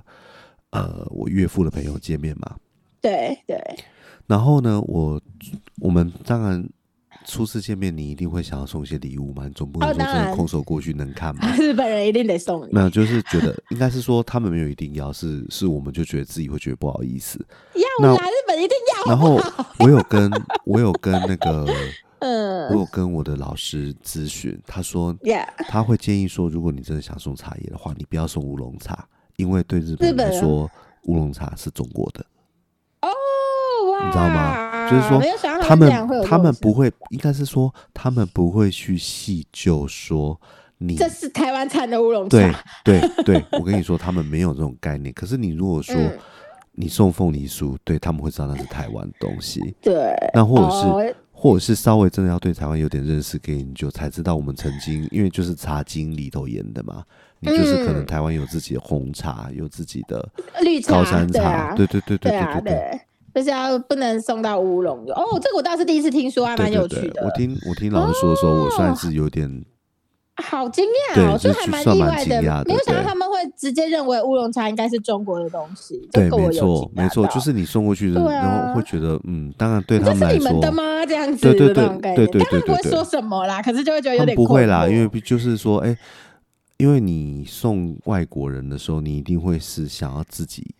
Speaker 1: 呃我岳父的朋友见面嘛？
Speaker 2: 对对，
Speaker 1: 然后呢，我我们当然初次见面，你一定会想要送一些礼物嘛？你总不能
Speaker 2: 哦
Speaker 1: 说真
Speaker 2: 当
Speaker 1: 的
Speaker 2: 然
Speaker 1: 空手过去能看嘛？
Speaker 2: 日本人一定得送你
Speaker 1: 没。有，就是觉得应该是说他们没有一定要，是是我们就觉得自己会觉得不好意思。
Speaker 2: 要啦，日本一定要。
Speaker 1: 然后我有跟我有跟那个我
Speaker 2: 嗯
Speaker 1: 有跟我的老师咨询，他 说
Speaker 2: ，Yeah，
Speaker 1: 他会建议说，如果你真的想送茶叶的话，你不要送乌龙茶，因为对日本人
Speaker 2: 日本
Speaker 1: 来
Speaker 2: 人
Speaker 1: 说，乌龙茶是中国的，
Speaker 2: 哦哇，
Speaker 1: 你知道吗？就是说
Speaker 2: 没有想到
Speaker 1: 他
Speaker 2: 们
Speaker 1: 们
Speaker 2: 这样会有这
Speaker 1: 他
Speaker 2: 种
Speaker 1: 们
Speaker 2: 事
Speaker 1: 不会，应该是说他们不会去细究说你
Speaker 2: 这是台湾产的乌龙茶。
Speaker 1: 对对对，我跟你说，他们没有这种概念。可是你如果说
Speaker 2: 嗯
Speaker 1: 你送凤梨酥，对他们会知道那是台湾东西。
Speaker 2: 对，
Speaker 1: 那或者是、
Speaker 2: 哦
Speaker 1: 或者是稍微真的要对台湾有点认识，可以你就才知道我们曾 经因为就是茶经里头演的嘛，你就是可能
Speaker 2: 嗯
Speaker 1: 台湾有自己的红茶，有自己的
Speaker 2: 绿 茶，
Speaker 1: 高山
Speaker 2: 对
Speaker 1: 茶，
Speaker 2: 啊，
Speaker 1: 对对对对
Speaker 2: 啊，
Speaker 1: 对对。
Speaker 2: 对，就是要不能送到乌龙的。哦，这个我倒是第一次听说，还
Speaker 1: 对
Speaker 2: 蛮有
Speaker 1: 对
Speaker 2: 趣
Speaker 1: 对，
Speaker 2: 的哦
Speaker 1: 我，听我听老师说的时候，我算是有点
Speaker 2: 好惊讶哦，
Speaker 1: 对
Speaker 2: 就
Speaker 1: 就是
Speaker 2: 还
Speaker 1: 算
Speaker 2: 意
Speaker 1: 蛮
Speaker 2: 外的
Speaker 1: 惊讶的，
Speaker 2: 没有想到
Speaker 1: 对
Speaker 2: 他们会直接认为乌龙茶应该是中国的东西，
Speaker 1: 对，
Speaker 2: 这个我
Speaker 1: 没
Speaker 2: 有
Speaker 1: 错
Speaker 2: 惊讶
Speaker 1: 没错，
Speaker 2: 到
Speaker 1: 就是你送过去的，
Speaker 2: 啊对
Speaker 1: 然后
Speaker 2: 啊
Speaker 1: 会觉得嗯，当然对他
Speaker 2: 这
Speaker 1: 们来
Speaker 2: 是你们的
Speaker 1: 说，
Speaker 2: 吗？这样子
Speaker 1: 对对
Speaker 2: 的
Speaker 1: 对
Speaker 2: 那种概
Speaker 1: 对
Speaker 2: 念，
Speaker 1: 对
Speaker 2: 但他
Speaker 1: 对
Speaker 2: 们不
Speaker 1: 对
Speaker 2: 会
Speaker 1: 对
Speaker 2: 说什么啦，可是就会觉得有
Speaker 1: 他们
Speaker 2: 点
Speaker 1: 不会
Speaker 2: 困
Speaker 1: 啦，
Speaker 2: 惑
Speaker 1: 因为就是说，哎，因为你送外国人的时候，你一定会是想要自己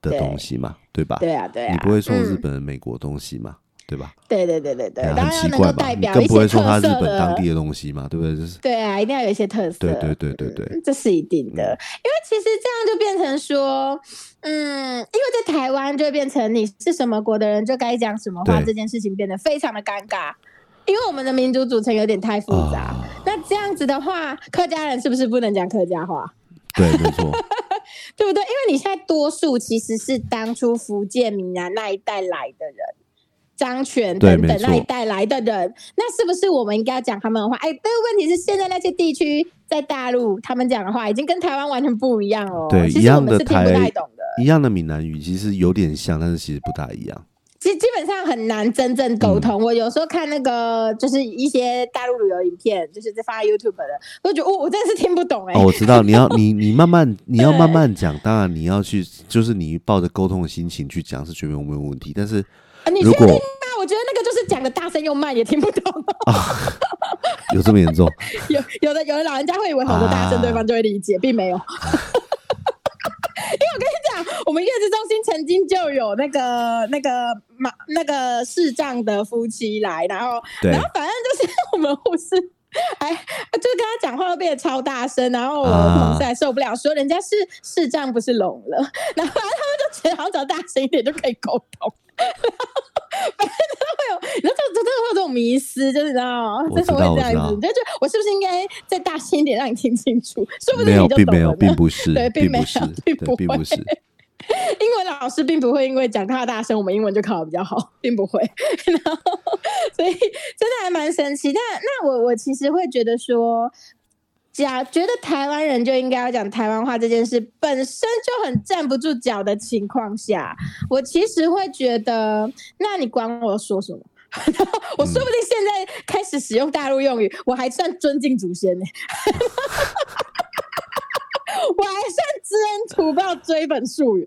Speaker 1: 的
Speaker 2: 对
Speaker 1: 东西嘛，对吧？
Speaker 2: 对啊对啊，
Speaker 1: 你不会送日
Speaker 2: 嗯
Speaker 1: 本人美国东西嘛，对吧？
Speaker 2: 对对对对对，
Speaker 1: 啊很
Speaker 2: 当然要
Speaker 1: 奇
Speaker 2: 能
Speaker 1: 怪
Speaker 2: 够
Speaker 1: 吧？
Speaker 2: 代
Speaker 1: 你
Speaker 2: 表
Speaker 1: 更
Speaker 2: 一
Speaker 1: 不
Speaker 2: 些
Speaker 1: 会送他
Speaker 2: 特
Speaker 1: 日
Speaker 2: 色
Speaker 1: 本当
Speaker 2: 的
Speaker 1: 地的东西嘛，对不对？就是
Speaker 2: 对啊，一定要有一些特色。
Speaker 1: 对对对对对
Speaker 2: 嗯这是一定的。因为其实这样就变成说，嗯，因为在台湾就会变成你是什么国的人就该讲什么话，
Speaker 1: 对
Speaker 2: 这件事情变得非常的尴尬，因为我们的民族组成有点嗯太复杂。
Speaker 1: 啊，
Speaker 2: 那这样子的话，客家人是不是不能讲客家话？
Speaker 1: 对，没错，
Speaker 2: 对不对？因为你现在多数其实是当初福建、闽南那一带来的人，张全
Speaker 1: 对
Speaker 2: 等
Speaker 1: 没
Speaker 2: 等
Speaker 1: 错
Speaker 2: 那一带来的人，那是不是我们应该要讲他们的话？哎，但问题是现在那些地区在大陆，他们讲的话已经跟台湾完全不一样哦。
Speaker 1: 对
Speaker 2: 其
Speaker 1: 一
Speaker 2: 实
Speaker 1: 样
Speaker 2: 我们
Speaker 1: 的
Speaker 2: 是听不
Speaker 1: 台
Speaker 2: 太懂的，
Speaker 1: 一样的闽南语其实有点像，但是其实不大一样。
Speaker 2: 其实基本上很难真正
Speaker 1: 嗯
Speaker 2: 沟通。我有时候看那个就是一些大陆旅游影片，就是在放在 YouTube 的，我就觉得哦，我真的是听不懂哎、
Speaker 1: 哦，我知道你要你你慢慢你要慢慢讲，当然你要去，就是你抱着沟通的心情去讲是绝对没有问题。但是
Speaker 2: 啊你
Speaker 1: 如
Speaker 2: 确
Speaker 1: 果
Speaker 2: 定吗？我觉得那个就是讲的大声又慢，也听不懂。
Speaker 1: 有这么严重，
Speaker 2: 有有的有的老人家会以为吼得大声，对方就会理解，并没有。因 为我跟你讲，我们月子中心曾经就有那个那个马那个视障的夫妻来，然后
Speaker 1: 对
Speaker 2: 然后反正就是我们护士。哎， 就是跟他讲话会变得超大声，然后我
Speaker 1: 啊
Speaker 2: 同事还受不了，说人家是视障不是聋了， 然后反正他们就觉得好像只要大声一点就可以沟通， 然后反正就会有，然后就真的会有这种迷失，就是你知道吗？
Speaker 1: 我
Speaker 2: 真
Speaker 1: 知道我知
Speaker 2: 的 会这
Speaker 1: 道
Speaker 2: 样子，你就觉得我是不是应该再大声一点让你听清楚？说不
Speaker 1: 没
Speaker 2: 定
Speaker 1: 有，
Speaker 2: 你就
Speaker 1: 并
Speaker 2: 懂
Speaker 1: 没
Speaker 2: 了
Speaker 1: 有，
Speaker 2: 呢。
Speaker 1: 并不是，
Speaker 2: 对并
Speaker 1: 并
Speaker 2: 没
Speaker 1: 不
Speaker 2: 有
Speaker 1: 是，
Speaker 2: 并
Speaker 1: 对，
Speaker 2: 不
Speaker 1: 并不
Speaker 2: 会
Speaker 1: 是，
Speaker 2: 英文老师并不会因为讲他的大声，我们英文就考的比较好，并不会。 然后，所以真的还蛮神奇。但那我我其实会觉得说，假觉得台湾人就应该要讲台湾话这件事本身就很站不住脚的情况下，我其实会觉得，那你管我说什么？ 然后我说不定现在开始使用大陆用语，我还算尊敬祖先呢、 我还算知恩图报、追本溯源，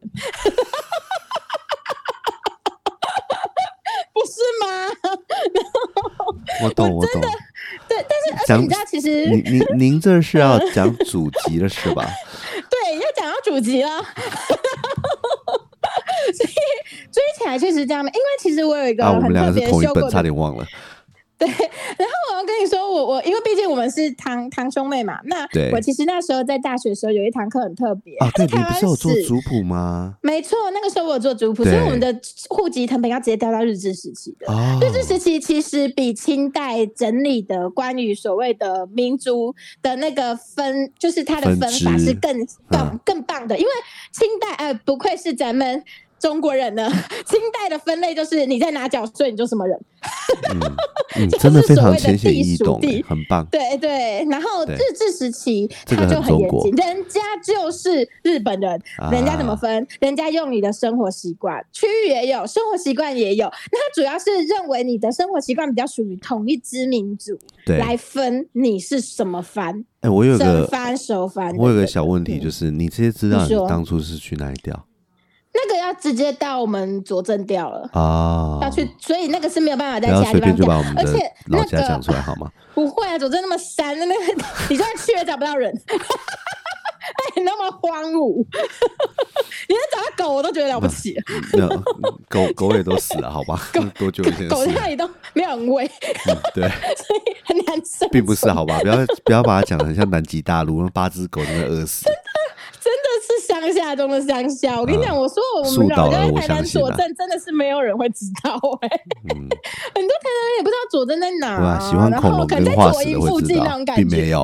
Speaker 2: 不是吗？
Speaker 1: 我懂，我懂。
Speaker 2: 对，但是而且
Speaker 1: 讲
Speaker 2: 你知道，其实
Speaker 1: 您您您这是要讲祖籍了是吧？
Speaker 2: 对要讲到主题了， 所以追起来确实这样。因为其实我有一个
Speaker 1: 啊，我们
Speaker 2: 很
Speaker 1: 两
Speaker 2: 特
Speaker 1: 个
Speaker 2: 别
Speaker 1: 是同一
Speaker 2: 修
Speaker 1: 本，
Speaker 2: 过
Speaker 1: 差
Speaker 2: 的，
Speaker 1: 点忘了。
Speaker 2: 对，然后我要跟你说，我我因为毕竟我们是堂堂兄妹嘛，那
Speaker 1: 对
Speaker 2: 我其实那时候在大学的时候有一堂课很特别，
Speaker 1: 啊，对，
Speaker 2: 在
Speaker 1: 你
Speaker 2: 台
Speaker 1: 不
Speaker 2: 湾
Speaker 1: 是有做
Speaker 2: 史
Speaker 1: 族谱吗？
Speaker 2: 没错，那个时候我有做族谱，所以
Speaker 1: 对
Speaker 2: 我们的户籍成本要直接调到日治时期的。
Speaker 1: 哦，
Speaker 2: 日治时期其实比清代整理的关于所谓的民族的那个分，就是它的
Speaker 1: 分
Speaker 2: 分
Speaker 1: 支
Speaker 2: 法是更棒、
Speaker 1: 嗯
Speaker 2: 更棒的，因为清代呃不愧是咱们中国人呢， 清代的分类就是你在哪缴税你就什么人，
Speaker 1: 嗯嗯，
Speaker 2: 这
Speaker 1: 真的
Speaker 2: 就是
Speaker 1: 非
Speaker 2: 所
Speaker 1: 常
Speaker 2: 谓的
Speaker 1: 浅显
Speaker 2: 地
Speaker 1: 易
Speaker 2: 属
Speaker 1: 懂欸，
Speaker 2: 地
Speaker 1: 很棒。
Speaker 2: 对对，然后
Speaker 1: 对
Speaker 2: 日治时期
Speaker 1: 这个
Speaker 2: 他就
Speaker 1: 很
Speaker 2: 很
Speaker 1: 中
Speaker 2: 严
Speaker 1: 国
Speaker 2: 谨，人家就是日本人，人家怎么
Speaker 1: 啊
Speaker 2: 分？人家用你的生活习惯，区域也有，生活习惯也有。那他主要是认为你的生活习惯比较属于同一支民族
Speaker 1: 对，
Speaker 2: 来分你是什么番，
Speaker 1: 哎，我有
Speaker 2: 生
Speaker 1: 个
Speaker 2: 番、熟番。
Speaker 1: 我有个
Speaker 2: 对不对
Speaker 1: 小问题，
Speaker 2: 嗯
Speaker 1: 就是你这些资料
Speaker 2: 你
Speaker 1: 你
Speaker 2: 说
Speaker 1: 当初是去哪里调
Speaker 2: 那个要直接到我们佐证掉了。
Speaker 1: 啊？
Speaker 2: 要去，所以那个是没有办法在
Speaker 1: 不要
Speaker 2: 其他地
Speaker 1: 随便
Speaker 2: 方
Speaker 1: 就
Speaker 2: 讲
Speaker 1: 把我们，
Speaker 2: 而
Speaker 1: 的
Speaker 2: 且
Speaker 1: 老
Speaker 2: 那
Speaker 1: 家讲
Speaker 2: 个
Speaker 1: 出来好 吗？
Speaker 2: 不会啊，佐证那么山的那个， 你就算去也找不到人， 哎，那么荒芜， 你连找到狗我都觉得了 不起了，
Speaker 1: 那狗狗也都死了，好吧？多久以前的
Speaker 2: 狗
Speaker 1: 事
Speaker 2: 在？那里都没有人喂，
Speaker 1: 嗯对，
Speaker 2: 所以很难生存。
Speaker 1: 并不是好吧？不要不要把它讲的像南极大陆，那八只狗真的饿死。
Speaker 2: 真的是乡下中的乡下。我跟你讲，我说我
Speaker 1: 啊树
Speaker 2: 们
Speaker 1: 倒了
Speaker 2: 老家在
Speaker 1: 我
Speaker 2: 台
Speaker 1: 相
Speaker 2: 南
Speaker 1: 信啊
Speaker 2: 佐证，真的是没有人会知道哎、
Speaker 1: 嗯，
Speaker 2: 很多台南人也不知道佐证在哪、
Speaker 1: 对吧？喜欢
Speaker 2: 啊然
Speaker 1: 恐
Speaker 2: 后
Speaker 1: 龙
Speaker 2: 可能
Speaker 1: 跟
Speaker 2: 在
Speaker 1: 化
Speaker 2: 左
Speaker 1: 石的
Speaker 2: 营
Speaker 1: 会
Speaker 2: 附
Speaker 1: 知
Speaker 2: 近那
Speaker 1: 道
Speaker 2: 种，感
Speaker 1: 并
Speaker 2: 觉
Speaker 1: 没。有。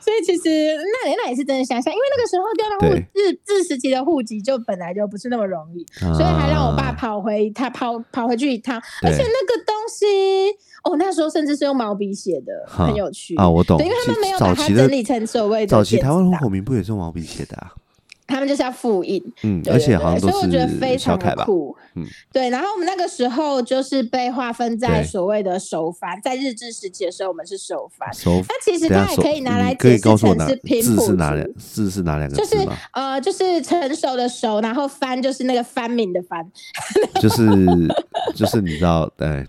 Speaker 2: 所以其实那那也是真的乡下，因为那个时候调到户
Speaker 1: 对
Speaker 2: 日日时期的户籍就本来就不是那么容易，
Speaker 1: 所
Speaker 2: 所以还让我爸跑回他跑跑回去一趟，而且
Speaker 1: 啊对
Speaker 2: 那个东西，哦，那时候甚至是用毛笔写的，
Speaker 1: 哈
Speaker 2: 很有趣
Speaker 1: 啊，。我懂。
Speaker 2: 对因为他们
Speaker 1: 其
Speaker 2: 没有
Speaker 1: 早
Speaker 2: 把它
Speaker 1: 期的
Speaker 2: 整理成所谓的
Speaker 1: 早期
Speaker 2: 电
Speaker 1: 台
Speaker 2: 子
Speaker 1: 湾
Speaker 2: 档
Speaker 1: 火民不也是用毛笔写的啊？
Speaker 2: 他们就是要复印，
Speaker 1: 嗯，
Speaker 2: 对
Speaker 1: 而且
Speaker 2: 对
Speaker 1: 好像
Speaker 2: 对
Speaker 1: 都
Speaker 2: 所以我觉得非
Speaker 1: 是小
Speaker 2: 常
Speaker 1: 凯
Speaker 2: 的
Speaker 1: 吧？
Speaker 2: 酷。
Speaker 1: 嗯
Speaker 2: 对，然后我们那个时候就是被划分在
Speaker 1: 对
Speaker 2: 所谓的首番，在日治时期的时候，我们是首番。
Speaker 1: 手
Speaker 2: 那其实
Speaker 1: 等下
Speaker 2: 它也
Speaker 1: 手
Speaker 2: 可以拿
Speaker 1: 你
Speaker 2: 来
Speaker 1: 可
Speaker 2: 解
Speaker 1: 以
Speaker 2: 释
Speaker 1: 告诉我
Speaker 2: 成
Speaker 1: 哪
Speaker 2: 是平
Speaker 1: 字
Speaker 2: 埔
Speaker 1: 是哪
Speaker 2: 族
Speaker 1: 两字是哪两个
Speaker 2: 就是
Speaker 1: 字吗？
Speaker 2: 呃，就是成熟的熟，然后番就是那个番民的番。
Speaker 1: 就是 就是你知道，哎，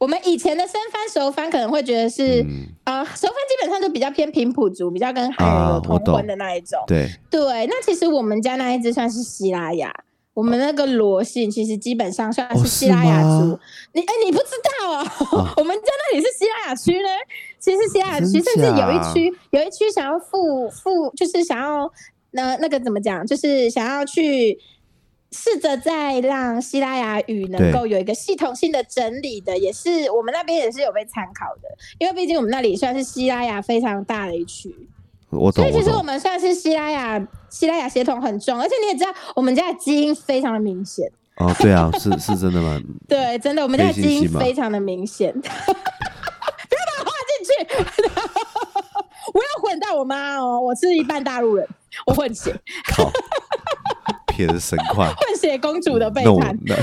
Speaker 2: 我们以前的生番熟番可能会觉得是、
Speaker 1: 嗯，
Speaker 2: 呃，熟番基本上就比较偏平埔族，比较跟汉人
Speaker 1: 啊
Speaker 2: 有
Speaker 1: 我
Speaker 2: 通
Speaker 1: 懂
Speaker 2: 婚的那一种。
Speaker 1: 对，
Speaker 2: 对，那其实我们家那一只算是希拉雅，我们那个罗姓其实基本上算
Speaker 1: 哦
Speaker 2: 是希拉雅
Speaker 1: 是
Speaker 2: 族。
Speaker 1: 吗
Speaker 2: 你哎、你不知道哦，
Speaker 1: 啊
Speaker 2: 我们家那里是希拉雅区呢。其实希拉雅区，
Speaker 1: 真
Speaker 2: 甚至有
Speaker 1: 假
Speaker 2: 一区有一区想要复复，就是想要呃那那个怎么讲，就是想要去。试着再让希拉雅语
Speaker 1: 对
Speaker 2: 能够有一个系统性的整理的，也是我们那边也是有被参考的，因为毕竟我们那里算是希拉雅非常大的一区。
Speaker 1: 我懂
Speaker 2: 所以
Speaker 1: 我
Speaker 2: 其实我
Speaker 1: 懂，
Speaker 2: 们算是希拉雅希拉雅血统很重，而且你也知道，我们家的基因非常的明显。
Speaker 1: 哦，对啊，是是真的吗？
Speaker 2: 对，真的，我们家的基
Speaker 1: 没信
Speaker 2: 因
Speaker 1: 心吧
Speaker 2: 非常的明显。 不要把我画进去， 我要混到我妈哦，我是一半大陆人，我混血，
Speaker 1: 靠，撇的神 快，
Speaker 2: 混血公主的备
Speaker 1: 那我
Speaker 2: 胎。
Speaker 1: 那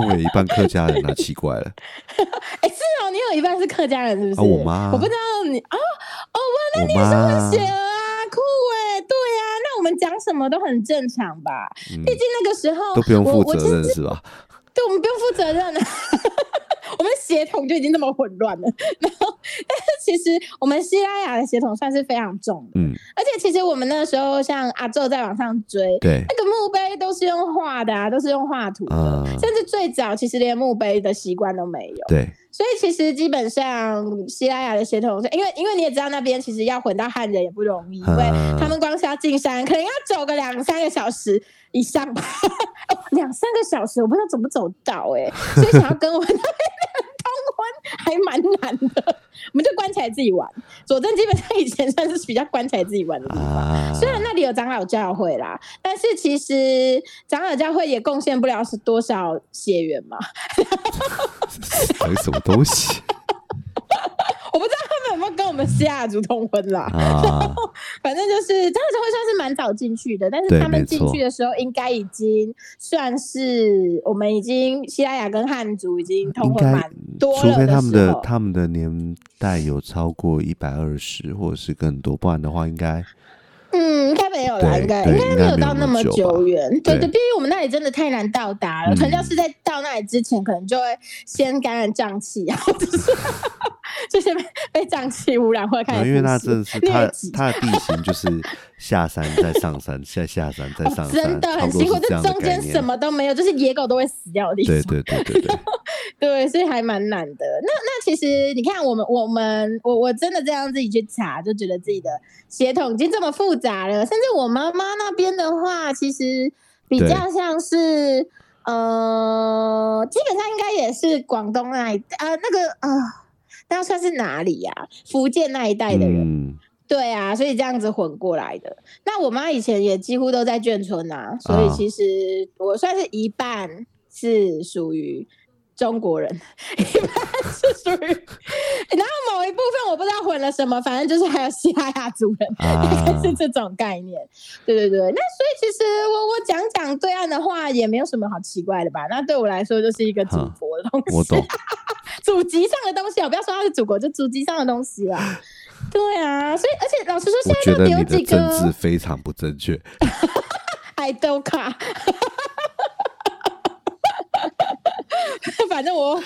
Speaker 1: 那我也一半客家人啊，奇怪了，
Speaker 2: 哎、是哦，你有一半是客家人，是不是？
Speaker 1: 啊我妈
Speaker 2: 我不知道你啊，哦，我
Speaker 1: 我妈
Speaker 2: 混，血儿啊，酷哎、对啊，那我们讲什么都很正常吧？
Speaker 1: 嗯
Speaker 2: 毕竟那个时候
Speaker 1: 都不用
Speaker 2: 我
Speaker 1: 负
Speaker 2: 我其
Speaker 1: 责
Speaker 2: 实
Speaker 1: 任是吧？
Speaker 2: 对，我们不用负责任了。 我们血统就已经那么混乱了， 然后，但是其实我们西拉雅的血统算是非常重的，
Speaker 1: 嗯，
Speaker 2: 而且其实我们那时候像阿宙在往上追，
Speaker 1: 对，
Speaker 2: 那个墓碑都是用画的啊，都是用画图的，
Speaker 1: 啊，
Speaker 2: 甚至最早其实连墓碑的习惯都没有，
Speaker 1: 对，
Speaker 2: 所以其实基本上西拉雅的血统是，因为因为你也知道那边其实要混到汉人也不容易，因为
Speaker 1: 啊
Speaker 2: 他们光是要进山，可能要走个两三个小时以上吧。 哦，两三个小时，我不知道怎么走到哎、所以想要跟我们那边的人通婚还蛮难的。我们就关起来自己玩。佐证基本上以前算是比较关起来自己玩的地方。
Speaker 1: 啊，
Speaker 2: 虽然那里有长老教会啦，但是其实长老教会也贡献不了是多少血缘嘛。
Speaker 1: 还有什么东 西
Speaker 2: 我不知道他们有没有跟我们西雅族通婚啦。
Speaker 1: 啊？
Speaker 2: 反正就是他们会算是蛮早进去的，但
Speaker 1: 对
Speaker 2: 是他
Speaker 1: 没
Speaker 2: 们
Speaker 1: 错
Speaker 2: 进去的时候应该已经算是我们已经西拉雅跟汉族已经通
Speaker 1: 应
Speaker 2: 婚
Speaker 1: 该
Speaker 2: 蛮多
Speaker 1: 除
Speaker 2: 了
Speaker 1: 非他们
Speaker 2: 时
Speaker 1: 的
Speaker 2: 候。
Speaker 1: 他们的年代有超过一百二十或者是更多，不然的话应该
Speaker 2: 嗯，应该没有啦，
Speaker 1: 对
Speaker 2: 应该
Speaker 1: 对
Speaker 2: 应该
Speaker 1: 应
Speaker 2: 没
Speaker 1: 该
Speaker 2: 有
Speaker 1: 没有
Speaker 2: 到
Speaker 1: 那
Speaker 2: 那
Speaker 1: 么
Speaker 2: 么
Speaker 1: 久吧
Speaker 2: 久远。对
Speaker 1: 对嗯
Speaker 2: 对，毕竟我们那里真的太难到达了，可能要是在到那里之前，可能就会先感染瘴气啊，或者是就是被被瘴气污染或者开始
Speaker 1: 呃因为
Speaker 2: 呼
Speaker 1: 那
Speaker 2: 吸
Speaker 1: 真的是
Speaker 2: 疟
Speaker 1: 它
Speaker 2: 疾
Speaker 1: 它的地形就是下山再上山， 再下山再上
Speaker 2: 哦真
Speaker 1: 山，
Speaker 2: 的
Speaker 1: 差
Speaker 2: 很
Speaker 1: 不多
Speaker 2: 辛苦，
Speaker 1: 是这
Speaker 2: 就
Speaker 1: 样的
Speaker 2: 中
Speaker 1: 概
Speaker 2: 间
Speaker 1: 念
Speaker 2: 什。么都没有，就是野狗都会死掉的地方。
Speaker 1: 对对对对对，
Speaker 2: 对，所以还蛮难的。那那其实你看我，们我们我我真的这样自己去查，就觉得自己的血统已经这么复杂了。甚至我妈妈那边的话，其实比
Speaker 1: 对
Speaker 2: 较像是呃，基本上应该也是广东那一带呃那个呃，那算是哪里呀、福建那一带的人。
Speaker 1: 嗯，
Speaker 2: 对啊，所以这样子混过来的。那我妈以前也几乎都在眷村啊，所以
Speaker 1: 啊
Speaker 2: 其实我算是一半是属于中国人， 一半是属于，然后某一部分我不知道混了什么，反正就是还有西班牙族人，大概
Speaker 1: 啊
Speaker 2: 是这种概念。对对对，那所以其实我我讲讲对岸的话，也没有什么好奇怪的吧？那对我来说就是一个祖
Speaker 1: 哈
Speaker 2: 国的东西。
Speaker 1: 我 懂。
Speaker 2: 祖籍上的东西，我不要说它是祖国，就祖籍上的东西 啦。对啊，所以而且老实说，
Speaker 1: 我
Speaker 2: 现
Speaker 1: 觉
Speaker 2: 在到
Speaker 1: 得
Speaker 2: 底有
Speaker 1: 你的
Speaker 2: 几
Speaker 1: 政治
Speaker 2: 个
Speaker 1: 非常不正确。
Speaker 2: 爱豆卡？ 反正我，我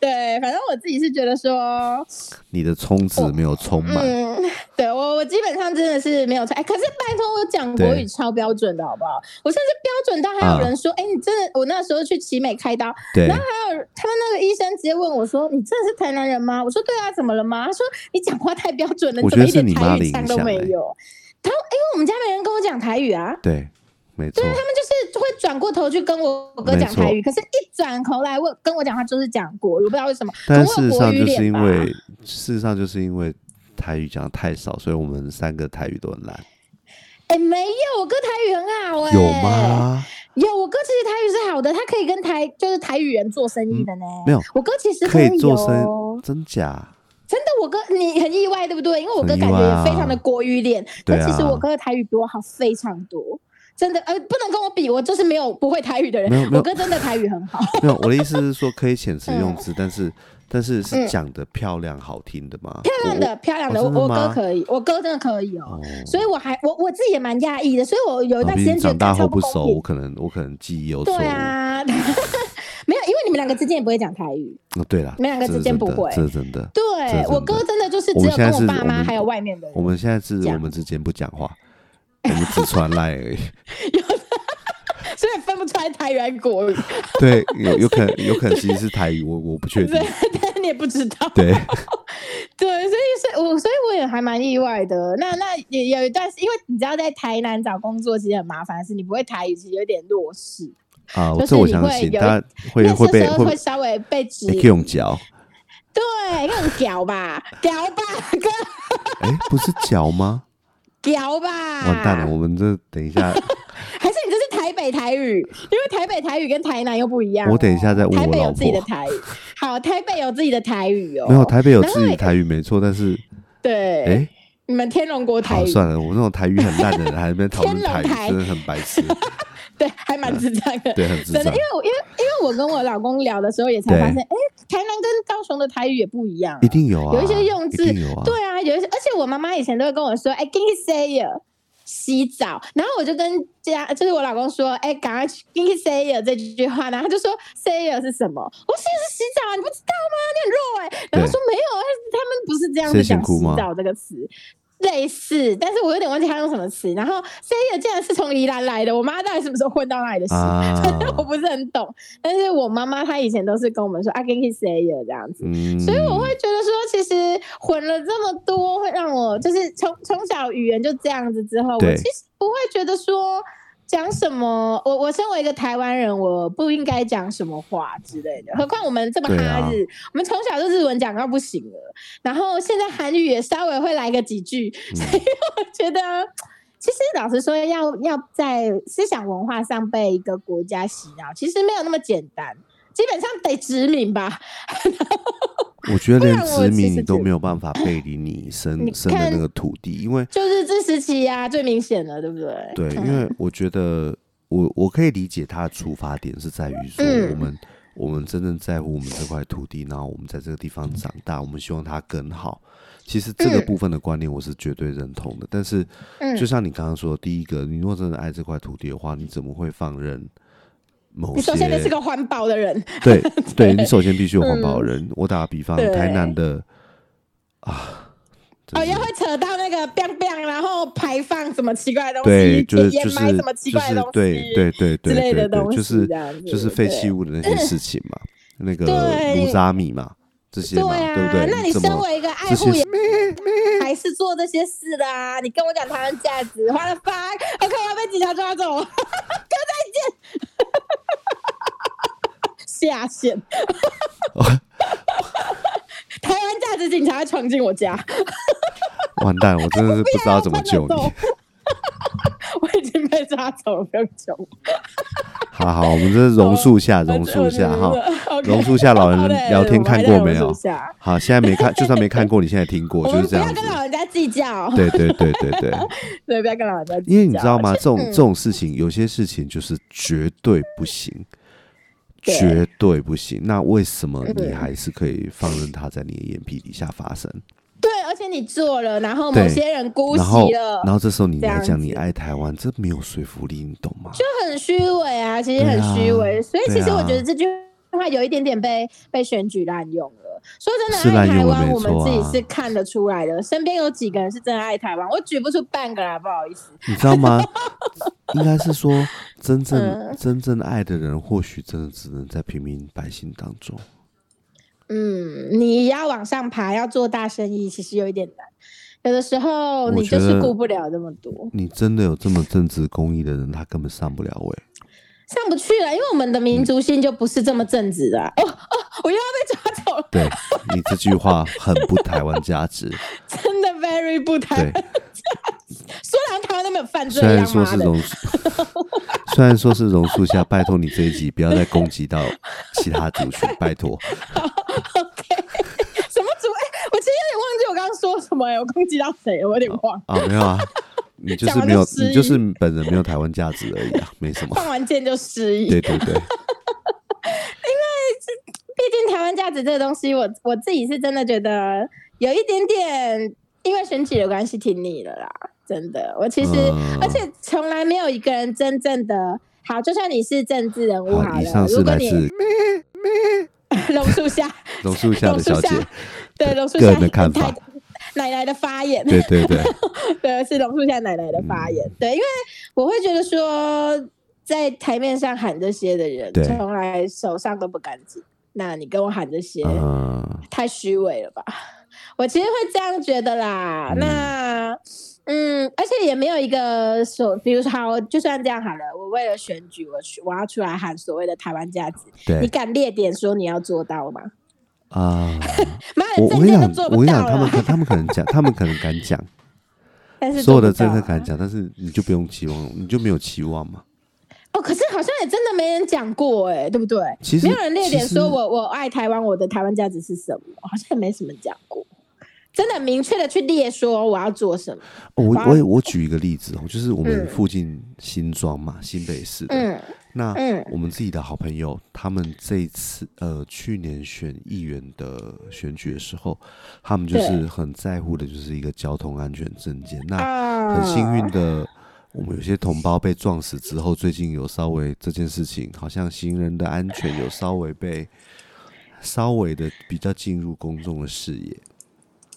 Speaker 2: 对，反正我自己是觉得说，
Speaker 1: 你的充值没有充满，
Speaker 2: 嗯，对我我基本上真的是没有差。哎，可是拜托，我讲国
Speaker 1: 对啊
Speaker 2: 语超标准的好不好？我甚至标准到还有人说，哎、你真的，我那时候去奇美开刀，
Speaker 1: 对
Speaker 2: 然后还有他们那个医生直接问我说：“你真的是台南人吗？”我说：“对啊，怎么了吗？”他说：“你讲话太标准了，
Speaker 1: 我
Speaker 2: 你
Speaker 1: 觉
Speaker 2: 怎么
Speaker 1: 得
Speaker 2: 一
Speaker 1: 是
Speaker 2: 点
Speaker 1: 你妈
Speaker 2: 台
Speaker 1: 的
Speaker 2: 语
Speaker 1: 影
Speaker 2: 腔都
Speaker 1: 响
Speaker 2: 没
Speaker 1: 欸
Speaker 2: 有？”他说：“因为我们家没人跟我讲台语啊，
Speaker 1: 对，没错，
Speaker 2: 他们就是会转过头去跟我哥讲台语，可是一转头来问跟我讲，他就是讲国语，我不知道为什么。
Speaker 1: 但
Speaker 2: 可
Speaker 1: 事
Speaker 2: 能
Speaker 1: 实
Speaker 2: 我有
Speaker 1: 上
Speaker 2: 国语
Speaker 1: 就是
Speaker 2: 脸
Speaker 1: 因
Speaker 2: 吧
Speaker 1: 为，事实上就是因为台语讲得太少，所以我们三个台语都很烂，
Speaker 2: 哎、没有，我哥台语很好哎、
Speaker 1: 有？吗？
Speaker 2: 有，我哥其实台语是好的，他可以跟台就是台语人做生意的呢。
Speaker 1: 嗯没有
Speaker 2: 我哥其实
Speaker 1: 可
Speaker 2: 以
Speaker 1: 以做
Speaker 2: 哦
Speaker 1: 生，真假？
Speaker 2: 真的，我哥你很意外对不对？因为我哥
Speaker 1: 很意
Speaker 2: 感觉
Speaker 1: 外啊
Speaker 2: 也非常的国语脸，
Speaker 1: 对
Speaker 2: 但
Speaker 1: 啊
Speaker 2: 其实我哥的台语比我好非常多，真的呃不能跟我比，我就是没有不会台语的
Speaker 1: 没有
Speaker 2: 人。
Speaker 1: 没有哦
Speaker 2: 我哥真的台语很好，
Speaker 1: 没有，我的意思是说可以遣词用
Speaker 2: 嗯
Speaker 1: 字，但是但是是
Speaker 2: 嗯
Speaker 1: 讲的漂亮好听的吗？
Speaker 2: 漂亮
Speaker 1: 我
Speaker 2: 的漂亮的，
Speaker 1: 哦
Speaker 2: 我
Speaker 1: 真的
Speaker 2: 我哥
Speaker 1: 吗
Speaker 2: 可以，我哥真的可以
Speaker 1: 我哦，
Speaker 2: 哦。所以我还我我自己也蛮讶异的，所以我有
Speaker 1: 啊
Speaker 2: 一段
Speaker 1: 毕
Speaker 2: 时
Speaker 1: 竟
Speaker 2: 间觉得
Speaker 1: 长大
Speaker 2: 干
Speaker 1: 后
Speaker 2: 超
Speaker 1: 不
Speaker 2: 公
Speaker 1: 熟，
Speaker 2: 平
Speaker 1: 我可能我可能记忆有所误。
Speaker 2: 对啊， 没有，因为你们两个之间也不会讲台语。
Speaker 1: 哦，对啦，
Speaker 2: 你们两个
Speaker 1: 这
Speaker 2: 之
Speaker 1: 是
Speaker 2: 间
Speaker 1: 真
Speaker 2: 不
Speaker 1: 的
Speaker 2: 会
Speaker 1: 这是真的。
Speaker 2: 对
Speaker 1: 真的
Speaker 2: 我哥真的就是
Speaker 1: 我
Speaker 2: 只
Speaker 1: 们
Speaker 2: 有
Speaker 1: 现在
Speaker 2: 跟
Speaker 1: 是
Speaker 2: 爸
Speaker 1: 我
Speaker 2: 妈
Speaker 1: 们
Speaker 2: 还有外面的人
Speaker 1: 我们现在是
Speaker 2: 这样
Speaker 1: 我们之间不讲话，我们只传赖而已。
Speaker 2: 所以分不出来台语还是国语，
Speaker 1: 对，有有可能有可能其实是台语，我我不确定
Speaker 2: 对。， 但你也不知道。
Speaker 1: 对，
Speaker 2: 对，所以是我，所以我也还蛮意外的。那那也有一段时，因为你知道在台南找工作其实很麻烦，是你不会台语，其实有点弱势。
Speaker 1: 啊，
Speaker 2: 就是
Speaker 1: 这我
Speaker 2: 你
Speaker 1: 相
Speaker 2: 会
Speaker 1: 信，
Speaker 2: 有一
Speaker 1: 大家会
Speaker 2: 那
Speaker 1: 会被
Speaker 2: 时候
Speaker 1: 会
Speaker 2: 会稍微被指
Speaker 1: 会用脚，
Speaker 2: 对，用屌吧，屌吧，哥，
Speaker 1: 哎，不是脚吗？
Speaker 2: 屌吧。
Speaker 1: 完蛋了，我们这等一下，
Speaker 2: 还是你这是台北台语，因为台北台语跟台南又不一样哦、
Speaker 1: 我等一下再问
Speaker 2: 台
Speaker 1: 我
Speaker 2: 北有
Speaker 1: 老
Speaker 2: 自己的
Speaker 1: 婆。
Speaker 2: 台语，好，台北有自己的台语哦。
Speaker 1: 没有，台北有自己
Speaker 2: 然
Speaker 1: 的
Speaker 2: 后
Speaker 1: 台语没错，但是
Speaker 2: 对，
Speaker 1: 哎，
Speaker 2: 你们天龙国台
Speaker 1: 好
Speaker 2: 语，
Speaker 1: 算了，我们这种台语很烂的人还在那边讨论
Speaker 2: 天
Speaker 1: 台
Speaker 2: 龙
Speaker 1: 语，
Speaker 2: 台
Speaker 1: 真的很白痴，
Speaker 2: 对，还
Speaker 1: 嗯
Speaker 2: 蛮智障的。
Speaker 1: 对，很智
Speaker 2: 真的，
Speaker 1: 障
Speaker 2: 因。为我因为因为我跟我老公聊的时候也才
Speaker 1: 对
Speaker 2: 发现，哎、台南跟高雄的台语也不一样啊、
Speaker 1: 一定有啊，
Speaker 2: 有一些用字
Speaker 1: 一定有啊，
Speaker 2: 对啊，有一些，而且我妈妈以前都会跟我说，哎、给你 say 呀，洗澡，然后我就跟家就是我老公说，哎、赶快去给你 say 呀这句话，然后他就说 say 呀是什么？我说是洗澡啊，你不知道吗？你很弱哎、然后
Speaker 1: 对
Speaker 2: 说没有，啊，他们不是这样
Speaker 1: say
Speaker 2: 子讲
Speaker 1: 辛苦吗
Speaker 2: 洗澡这个词。类似，但是我有点忘记他用什么词。然后 say 呀竟然是从宜兰来的，我妈到底什么时候混到那里的习
Speaker 1: 啊，
Speaker 2: 我不是很懂，但是我妈妈她以前都是跟我们说啊，跟 kiss 也有这样子，
Speaker 1: 嗯，
Speaker 2: 所以我会觉得说，其实混了这么多，会让我就是从从小语言就这样子之后，我
Speaker 1: 对
Speaker 2: 其实不会觉得说讲什么，我我身为一个台湾人，我不应该讲什么话之类的。何况我们这么
Speaker 1: 对啊
Speaker 2: 哈日，我们从小就日文讲到不行了，然后现在韩语也稍微会来个几句，
Speaker 1: 嗯
Speaker 2: 所以我觉得。其实老实说要，要在思想文化上被一个国家洗脑，其实没有那么简单，基本上得殖民吧。
Speaker 1: 我觉得
Speaker 2: 不
Speaker 1: 连
Speaker 2: 然我
Speaker 1: 殖
Speaker 2: 其
Speaker 1: 民
Speaker 2: 实
Speaker 1: 你都
Speaker 2: 只
Speaker 1: 没有办法背离你生
Speaker 2: 你
Speaker 1: 生的那
Speaker 2: 看
Speaker 1: 个土地，因为
Speaker 2: 就日治时期呀、最明显了，对不对？
Speaker 1: 对，
Speaker 2: 嗯
Speaker 1: 因为我觉得我我可以理解他的出发点是在于说
Speaker 2: 嗯
Speaker 1: 我们、我们真正在乎我们这块土地，然后我们在这个地方长大，我们希望它更好。其实这个
Speaker 2: 嗯
Speaker 1: 部分的观念我是绝对认同的，但是
Speaker 2: 嗯
Speaker 1: 就像你刚刚说的，第一个，你如果真的爱这块土地的话，你怎么会放任某
Speaker 2: 你
Speaker 1: 些
Speaker 2: 首先你是个环保的人，
Speaker 1: 对对，你首先必须有环保的人。我打个比方，
Speaker 2: 对
Speaker 1: 台南的啊，
Speaker 2: 哦，
Speaker 1: 真
Speaker 2: 又
Speaker 1: 是
Speaker 2: 会扯到那个 biang biang，然后排放什么奇怪的东
Speaker 1: 对，
Speaker 2: 西，
Speaker 1: 就是
Speaker 2: 烟
Speaker 1: 就
Speaker 2: 霾
Speaker 1: 是
Speaker 2: 什么奇
Speaker 1: 就
Speaker 2: 怪
Speaker 1: 是
Speaker 2: 的东西，
Speaker 1: 对对对
Speaker 2: 之类
Speaker 1: 对对
Speaker 2: 的东
Speaker 1: 对，
Speaker 2: 西
Speaker 1: 就是
Speaker 2: 这样子
Speaker 1: 就是废弃
Speaker 2: 对
Speaker 1: 物的那些事情嘛，那个
Speaker 2: 对
Speaker 1: 炉渣米嘛，这些嘛，
Speaker 2: 啊，
Speaker 1: 对不对？
Speaker 2: 那你
Speaker 1: 怎
Speaker 2: 身
Speaker 1: 么
Speaker 2: 为一个爱
Speaker 1: 这
Speaker 2: 护
Speaker 1: 些
Speaker 2: 也
Speaker 1: 是
Speaker 2: 还是做这些事的啊！你跟我讲台湾价值，花了 fuck，OK，我要被警察抓走， 跟我再见， 下线。台湾价值警察会闯进我家，
Speaker 1: 完蛋，我真的是不知道怎么救你。
Speaker 2: 我我已经被抓走了，不用救我。
Speaker 1: 好好，我们这榕树
Speaker 2: 呃
Speaker 1: 下，榕树下哈，榕树下老人聊天看过没有？好，现在没看，就算没看过，你现在听过，
Speaker 2: 我
Speaker 1: 就
Speaker 2: 们
Speaker 1: 是
Speaker 2: 不
Speaker 1: 这
Speaker 2: 要
Speaker 1: 样子
Speaker 2: 跟。老人家计较，
Speaker 1: 对对对对对，
Speaker 2: 对，不要跟老人家计较。嗯
Speaker 1: 因为你知道吗？这种这种事情，有些事情就是绝对不行，
Speaker 2: 对嗯
Speaker 1: 绝对不行。那为什么你还是可以放任它在你的眼皮底下发生？
Speaker 2: 对，而且你做了，然后
Speaker 1: 对
Speaker 2: 某些人姑
Speaker 1: 然后
Speaker 2: 息了，，
Speaker 1: 然后这时候你
Speaker 2: 这
Speaker 1: 来
Speaker 2: 样
Speaker 1: 讲你
Speaker 2: 子
Speaker 1: 爱台湾，这没有说服力，你懂吗？
Speaker 2: 就很虚伪啊，其实很虚
Speaker 1: 对
Speaker 2: 伪，
Speaker 1: 啊
Speaker 2: 所以其实
Speaker 1: 对啊
Speaker 2: 我觉得这句话有一点点被被选举滥用了。说
Speaker 1: 是
Speaker 2: 真的，
Speaker 1: 滥用
Speaker 2: 爱台
Speaker 1: 了
Speaker 2: 湾
Speaker 1: 没
Speaker 2: 我们
Speaker 1: 错啊
Speaker 2: 自己是看得出来的，身边有几个人是真的爱台湾，我举不出半个啦，不好意思。
Speaker 1: 你知道吗？应该是说，真正、
Speaker 2: 嗯
Speaker 1: 真正爱的人，或许真的只能在平民百姓当中。
Speaker 2: 嗯，你要往上爬，要做大生意，其实有一点难。有的时候
Speaker 1: 我
Speaker 2: 你
Speaker 1: 觉
Speaker 2: 就
Speaker 1: 得
Speaker 2: 是顾不了那么多，
Speaker 1: 你真的有这么正直公益的人，他根本上不了位。
Speaker 2: 上不去了，因为我们的民族性就不是这么正直的啊、哦哦，我又要被抓走了，
Speaker 1: 对你这句话很不台湾价值。
Speaker 2: 真的 very 不
Speaker 1: 对
Speaker 2: 台湾。，说来台湾都没有 犯罪
Speaker 1: 虽
Speaker 2: 一
Speaker 1: 然
Speaker 2: 样
Speaker 1: 说
Speaker 2: 妈
Speaker 1: 是
Speaker 2: 的。
Speaker 1: 榕树， 虽然说是榕树下，拜托你这一集不要再攻击到其他族群，拜 托。
Speaker 2: OK，什么组？哎、我其实有点忘记我刚刚说什么、哎，我攻击到谁了？我有点忘。
Speaker 1: 啊，没有啊，你就
Speaker 2: 讲
Speaker 1: 是
Speaker 2: 完
Speaker 1: 没有
Speaker 2: 就，失
Speaker 1: 你就
Speaker 2: 忆
Speaker 1: 是本人没有台湾价值而已啊，没什么。
Speaker 2: 放完箭就失忆。
Speaker 1: 对对对，
Speaker 2: 毕竟台湾价值这个东西，我我自己是真的觉得有一点点，因为选举的关系挺腻了啦，真的。我其实，
Speaker 1: 嗯
Speaker 2: 而且从来没有一个人真正的。好，就算你是政治人物好
Speaker 1: 好，
Speaker 2: 了，
Speaker 1: 以上是
Speaker 2: 如果
Speaker 1: 来
Speaker 2: 你
Speaker 1: 自
Speaker 2: 榕 树下，
Speaker 1: 榕树下的
Speaker 2: 榕树
Speaker 1: 小姐。
Speaker 2: 下对榕树
Speaker 1: 个
Speaker 2: 下
Speaker 1: 人的看法
Speaker 2: 太奶奶的发言，
Speaker 1: 对嗯对对，
Speaker 2: 对，是榕树下奶奶的发言。对，因为我会觉得说，在台面上喊这些的人
Speaker 1: 对，
Speaker 2: 从来手上都不干净。那你跟我喊这些，
Speaker 1: 嗯，
Speaker 2: 太虚伪了吧？ 我其实会这样觉得啦。
Speaker 1: 嗯
Speaker 2: 那嗯，而且也没有一个所，比如说，好，就算这样好了，我为了选举，我去我要出来喊所谓的台湾价值，
Speaker 1: 对
Speaker 2: 你敢列点说你要做到吗？
Speaker 1: 啊，
Speaker 2: 妈的，
Speaker 1: 我我
Speaker 2: 证
Speaker 1: 跟你
Speaker 2: 件
Speaker 1: 讲
Speaker 2: 都做，
Speaker 1: 我
Speaker 2: 不
Speaker 1: 跟你
Speaker 2: 到
Speaker 1: 讲，他们
Speaker 2: 了，
Speaker 1: 可他们可能讲，他们可能敢讲，
Speaker 2: 但是
Speaker 1: 所有的
Speaker 2: 做
Speaker 1: 政客
Speaker 2: 不到啊
Speaker 1: 敢讲，但是你就不用期望，你就没有期望嘛。
Speaker 2: 哦，可是好像也真的没人讲过哎、对不对？
Speaker 1: 其实
Speaker 2: 没有人列点
Speaker 1: 其实
Speaker 2: 说我我爱台湾，我的台湾价值是什么，好像也没什么讲过。真的明确的去列说我要做什么，
Speaker 1: 哦我
Speaker 2: 把
Speaker 1: 我也我举一个例子哦，就是我们
Speaker 2: 嗯
Speaker 1: 附近新庄嘛，新北市的，
Speaker 2: 嗯
Speaker 1: 那
Speaker 2: 嗯
Speaker 1: 我们自己的好朋友，他们这一次呃去年选议员的选举的时候，他们就是
Speaker 2: 对
Speaker 1: 很在乎的就是一个交通安全证件。那
Speaker 2: 啊，
Speaker 1: 很幸运的，我们有些同胞被撞死之后，最近有稍微这件事情，好像行人的安全有稍微被稍微的比较进入公众的视野。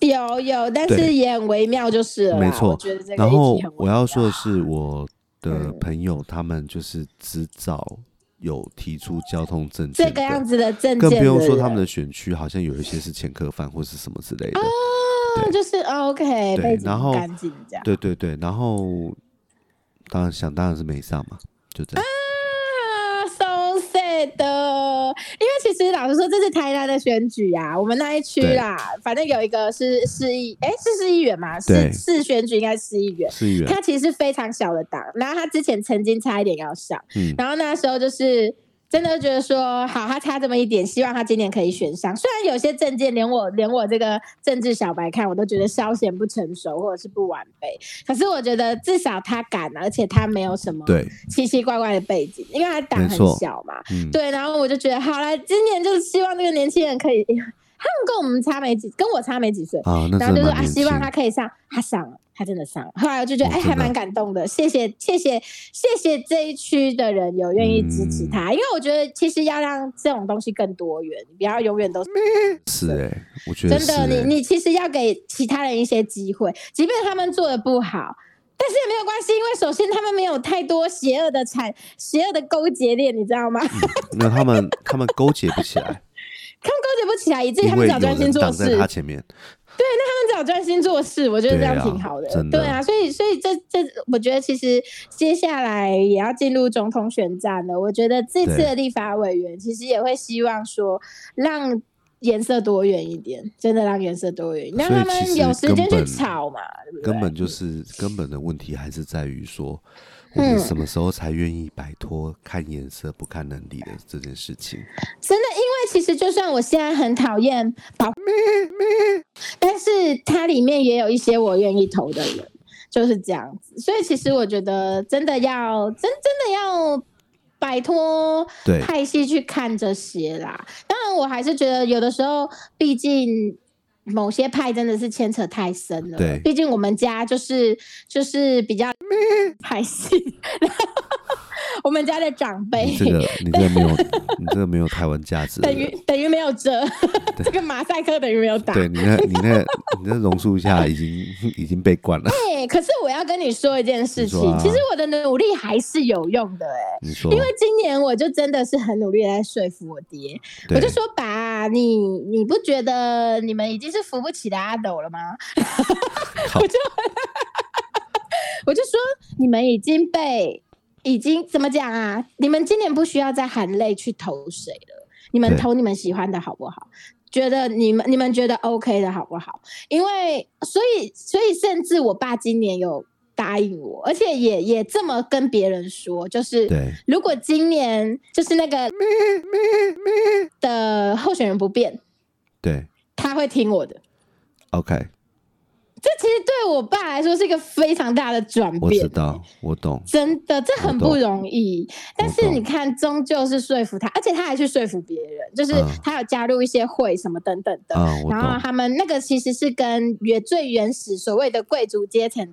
Speaker 2: 有有，但
Speaker 1: 对
Speaker 2: 是也很微妙，就是了啦
Speaker 1: 没错
Speaker 2: 我觉得这个
Speaker 1: 然
Speaker 2: 议
Speaker 1: 后
Speaker 2: 题很微啊
Speaker 1: 我要说的是，我 的
Speaker 2: 嗯
Speaker 1: 朋友他们就是只找有提出交通证件
Speaker 2: 这
Speaker 1: 的，
Speaker 2: 个样子的证件，
Speaker 1: 更不用说他们的选区好像有一些是前科犯或是什么之类的。
Speaker 2: 哦，就是哦 OK，
Speaker 1: 对
Speaker 2: 背景
Speaker 1: 然后
Speaker 2: 很干净这样。
Speaker 1: 对对对，然后当然想当然是没上嘛，就这样。
Speaker 2: 啊，so sad 的，因为其实老实说，这是台南的选举啊，我们那一区啦，反正有一个是市议，哎，是市议员嘛，
Speaker 1: 对
Speaker 2: 市市选举应该是市议员。
Speaker 1: 市议员，
Speaker 2: 他其实是非常小的党，然后他之前曾经差一点要上，
Speaker 1: 嗯，
Speaker 2: 然后那时候就是真的觉得说，好，他差这么一点，希望他今年可以选上。虽然有些证件连我连我这个政治小白看，我都觉得稍显不成熟或者是不完备，可是我觉得至少他敢，而且他没有什么
Speaker 1: 对，
Speaker 2: 奇奇怪怪的背景，因为他党
Speaker 1: 没
Speaker 2: 很
Speaker 1: 错
Speaker 2: 小嘛。
Speaker 1: 嗯，
Speaker 2: 对，然后我就觉得好了，今年就是希望这个年轻人可以。 他们跟我们差没几，跟我差没几岁。
Speaker 1: 啊，那
Speaker 2: 然
Speaker 1: 真
Speaker 2: 后就
Speaker 1: 的
Speaker 2: 说
Speaker 1: 蛮
Speaker 2: 啊，
Speaker 1: 年轻
Speaker 2: 希望他可以上，他上了，他真的上了。后来我就觉得，
Speaker 1: 哦
Speaker 2: 哎、
Speaker 1: 真的
Speaker 2: 还蛮感动的，谢谢，谢谢，谢谢这一区的人有愿意支持
Speaker 1: 嗯
Speaker 2: 他，因为我觉得其实要让这种东西更多元，你不要永远都是
Speaker 1: 是哎、我觉得
Speaker 2: 真
Speaker 1: 是、
Speaker 2: 的，
Speaker 1: 欸、
Speaker 2: 你你其实要给其他人一些机会，即便他们做的不好。但是也没有关系，因为首先他们没有太多邪恶的产、邪恶的勾结链，你知道吗？
Speaker 1: 嗯那他们他们勾结不起来，
Speaker 2: 他们勾结不起来，以至于
Speaker 1: 因
Speaker 2: 他
Speaker 1: 为
Speaker 2: 们
Speaker 1: 有
Speaker 2: 只好专
Speaker 1: 人
Speaker 2: 心做
Speaker 1: 挡
Speaker 2: 事。
Speaker 1: 在他前面。
Speaker 2: 只要专心做事，我觉得这样挺好的。
Speaker 1: 对啊真的
Speaker 2: 对啊，所以所以这这，我觉得其实接下来也要进入总统选战了。我觉得这次的立法委员其实也会希望说，让颜色多元一点，真的让颜色多元，让他
Speaker 1: 所以其
Speaker 2: 们
Speaker 1: 实
Speaker 2: 有时
Speaker 1: 根
Speaker 2: 间
Speaker 1: 本
Speaker 2: 去吵嘛，对不对嗯
Speaker 1: 根本就是根本的问题还是在于说，我们
Speaker 2: 嗯
Speaker 1: 什么时候才愿意摆脱看颜色不看能力的这件事情？
Speaker 2: 真的，因为其实就算我现在很讨厌宝，但是它里面也有一些我愿意投的人，就是这样子。所以其实我觉得真的要真真的要摆脱
Speaker 1: 对
Speaker 2: 派系去看这些啦。当然，我还是觉得有的时候，毕竟。某些派真的是牵扯太深了，
Speaker 1: 对
Speaker 2: 毕竟我们家就是就是比较派系， 然后我们家的长辈，
Speaker 1: 你这个你这个没有你这个没有台湾价值的
Speaker 2: 等
Speaker 1: 人，
Speaker 2: 于等于没有折， 这个马赛克等于没有打。
Speaker 1: 对你那你那你那榕树下已经 已经被关了。
Speaker 2: 对，哎可是我要跟你说一件事情，
Speaker 1: 你说啊
Speaker 2: 其实我的努力还是有用的哎、
Speaker 1: 你说
Speaker 2: 因为今年我就真的是很努力地在说服我爹，我
Speaker 1: 对
Speaker 2: 就说爸，你你不觉得你们已经是扶不起的阿斗了吗？
Speaker 1: 靠
Speaker 2: 我就说你们已经被已经怎么讲啊？你们今年不需要再含泪去投谁了，你们
Speaker 1: 对
Speaker 2: 投你们喜欢的好不好？觉得你们你们觉得 OK 的好不好？因为所以所以甚至我爸今年有答应我，而且也也这么跟别人说，就是
Speaker 1: 对
Speaker 2: 如果今年就是那个的候选人不变，
Speaker 1: 对
Speaker 2: 他会听我的。
Speaker 1: ，OK，
Speaker 2: 这其实对我爸来说是一个非常大的转变。
Speaker 1: 我知道，我懂，
Speaker 2: 真的，这很不
Speaker 1: 我懂
Speaker 2: 容易。但是
Speaker 1: 我懂
Speaker 2: 你看，终究是说服他，而且他还去说服别人，就是
Speaker 1: 嗯
Speaker 2: 他有加入一些会什么等等的。
Speaker 1: 嗯，我
Speaker 2: 然后
Speaker 1: 懂，
Speaker 2: 他们那个其实是跟原最原始所谓的贵族阶层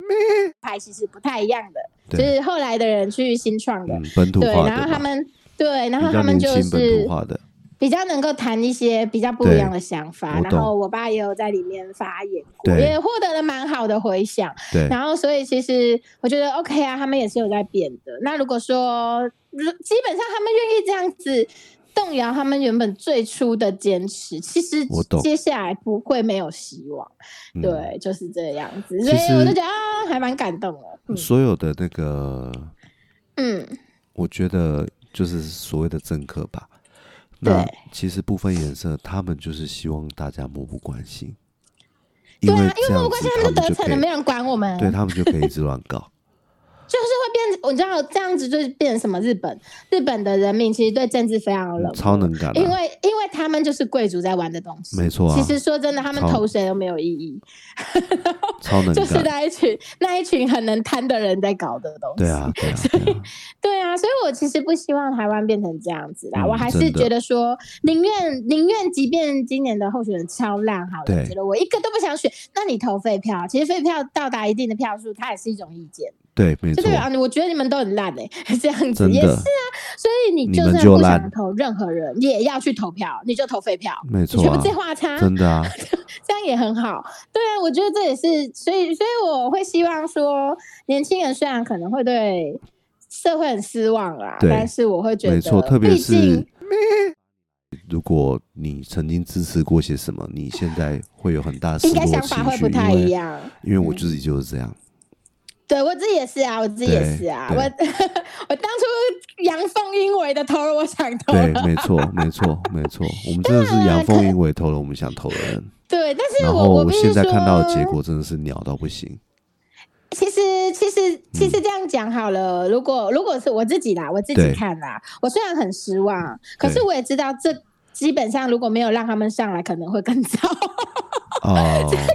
Speaker 2: 派其实不太一样的，就
Speaker 1: 对，
Speaker 2: 是后来的人去新创的。
Speaker 1: 嗯，本土
Speaker 2: 对，
Speaker 1: 化
Speaker 2: 然后他
Speaker 1: 的嘛，
Speaker 2: 们对，然后
Speaker 1: 比较
Speaker 2: 他
Speaker 1: 年
Speaker 2: 们就
Speaker 1: 轻本
Speaker 2: 是
Speaker 1: 土化的，
Speaker 2: 比较能够谈一些比较不一样的想法。
Speaker 1: 对我
Speaker 2: 然后我爸也有在里面发言过，
Speaker 1: 对
Speaker 2: 也获得了蛮好的回响。
Speaker 1: 对
Speaker 2: 然后，所以其实我觉得 OK 啊，他们也是有在变的。那如果说，如基本上他们愿意这样子动摇他们原本最初的坚持，其实
Speaker 1: 我懂
Speaker 2: 接下来不会没有希望。
Speaker 1: 嗯
Speaker 2: 对，就是这样子。
Speaker 1: 其
Speaker 2: 所以我就
Speaker 1: 实
Speaker 2: 觉得啊，还蛮感动的。嗯
Speaker 1: 所有的那个，
Speaker 2: 嗯，
Speaker 1: 我觉得就是所谓的政客吧。
Speaker 2: 对
Speaker 1: 那其实部分颜色，他们就是希望大家漠不关心，
Speaker 2: 对
Speaker 1: 为
Speaker 2: 啊，
Speaker 1: 这
Speaker 2: 因为
Speaker 1: 样
Speaker 2: 我
Speaker 1: 子
Speaker 2: 关系他们就得
Speaker 1: 可
Speaker 2: 逞了，
Speaker 1: 以
Speaker 2: 没，人管我们。
Speaker 1: 对他们就可以一直乱 搞。
Speaker 2: 就是会变，我知道这样子就是变成什么日本，日本的人民其实对政治非常有冷漠，
Speaker 1: 超能感、啊，
Speaker 2: 因为因为他们就是贵族在玩的东西，
Speaker 1: 没错啊
Speaker 2: 其实说真的，他们
Speaker 1: 超
Speaker 2: 投谁都没有意义，
Speaker 1: 超能感，
Speaker 2: 就是那一群那一群很能贪的人在搞的东西。
Speaker 1: 对啊， 对啊，对啊，
Speaker 2: 对啊，所以我其实不希望台湾变成这样子啦，
Speaker 1: 嗯
Speaker 2: 我还是
Speaker 1: 真的
Speaker 2: 觉得说，宁愿宁愿，即便今年的候选人超烂，好了，
Speaker 1: 对
Speaker 2: 觉得我一个都不想选，那你投废票，其实废票到达一定的票数，它也是一种意见。
Speaker 1: 对，没
Speaker 2: 就
Speaker 1: 错
Speaker 2: 代，表啊，我觉得你们都很烂哎、 这样子
Speaker 1: 真
Speaker 2: 也是
Speaker 1: 的
Speaker 2: 啊。所以你
Speaker 1: 你
Speaker 2: 就
Speaker 1: 们
Speaker 2: 算
Speaker 1: 就
Speaker 2: 不想
Speaker 1: 烂
Speaker 2: 投任何人，也要去投票，你就投废票，
Speaker 1: 没
Speaker 2: 你
Speaker 1: 错
Speaker 2: 全部
Speaker 1: 啊，
Speaker 2: 这话差，
Speaker 1: 真的啊，
Speaker 2: 这样也很好。对啊，我觉得这也是，所以所以我会希望说，年轻人虽然可能会对社会很失望啦，
Speaker 1: 对
Speaker 2: 但是我会觉得，
Speaker 1: 没错，特别
Speaker 2: 毕竟
Speaker 1: 是 如果你曾经支持过些什么，你现在会有很大的失
Speaker 2: 应该
Speaker 1: 落
Speaker 2: 想法
Speaker 1: 情
Speaker 2: 会
Speaker 1: 绪，
Speaker 2: 不太
Speaker 1: 因
Speaker 2: 一
Speaker 1: 为
Speaker 2: 样。嗯
Speaker 1: 因为我自己就是这样，
Speaker 2: 对我自己也是啊，我自己也
Speaker 1: 对
Speaker 2: 是啊，
Speaker 1: 对
Speaker 2: 我 我当初阳奉阴违的投了我想 投
Speaker 1: 对
Speaker 2: 的，，
Speaker 1: 没错，没错，没 错，我们真的是阳奉阴违投了我们想投的人，
Speaker 2: 对，但是
Speaker 1: 然
Speaker 2: 我
Speaker 1: 后
Speaker 2: 必须
Speaker 1: 现在看到的
Speaker 2: 说
Speaker 1: 结果真的是鸟到不行，
Speaker 2: 其实，其
Speaker 1: 嗯
Speaker 2: 实，其实这样讲好了。如果如果是我自己啦，我自己
Speaker 1: 对
Speaker 2: 看啦，我虽然很失望，可是
Speaker 1: 对
Speaker 2: 我也知道这基本上如果没有让他们上来，可能会更糟。
Speaker 1: 哦，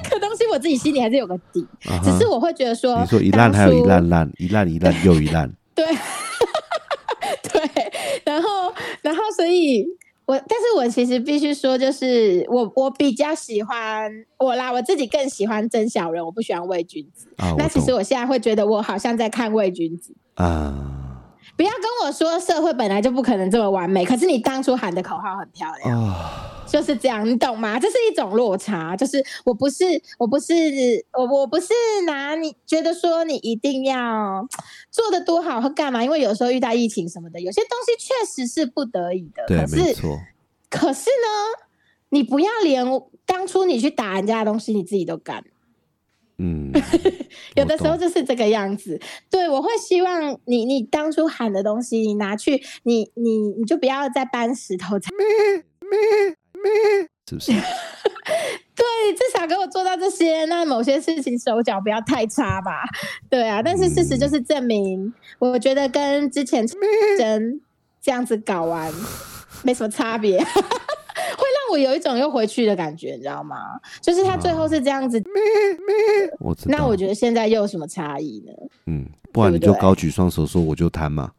Speaker 2: 这个东西我自己心里还是有个底，
Speaker 1: 啊哈
Speaker 2: 只是我会觉得说，
Speaker 1: 你说一烂还有一
Speaker 2: 当初
Speaker 1: 烂烂，一烂一烂又一烂，
Speaker 2: 对，然后，然后，所以。我，但是我其实必须说，就是我我比较喜欢我啦，我自己更喜欢曾小人，我不喜欢魏君子。
Speaker 1: 啊，
Speaker 2: 那
Speaker 1: 我
Speaker 2: 其实
Speaker 1: 懂
Speaker 2: 我现在会觉得，我好像在看魏君子。
Speaker 1: 啊
Speaker 2: 不要跟我说社会本来就不可能这么完美，可是你当初喊的口号很漂亮。
Speaker 1: 啊，
Speaker 2: 就是这样，你懂吗？这是一种落差，就是我不是，我不是，我我不是拿你觉得说你一定要做的多好或干嘛，因为有时候遇到疫情什么的，有些东西确实是不得已的。
Speaker 1: 对
Speaker 2: 可，
Speaker 1: 没
Speaker 2: 是
Speaker 1: 错，
Speaker 2: 可是呢，你不要连当初你去打人家的东西你自己都干，，
Speaker 1: 嗯
Speaker 2: 有的时候
Speaker 1: 我懂
Speaker 2: 就是这个样子。对，我会希望你，你当初喊的东西，你拿去，你你你就不要再搬石头砸
Speaker 1: 是不是？
Speaker 2: 对，至少给我做到这些。那某些事情手脚不要太差吧。对啊，但是事实就是证明，我觉得跟之前真这样子搞完没什么差别， 会让我有一种又回去的感觉，你知道吗？就是他最后是这样子，
Speaker 1: 我知道。
Speaker 2: 那我觉得现在又有什么差异呢？
Speaker 1: 嗯，不然
Speaker 2: 对
Speaker 1: 你
Speaker 2: 不
Speaker 1: 就
Speaker 2: 对
Speaker 1: 高举双手说我就贪嘛，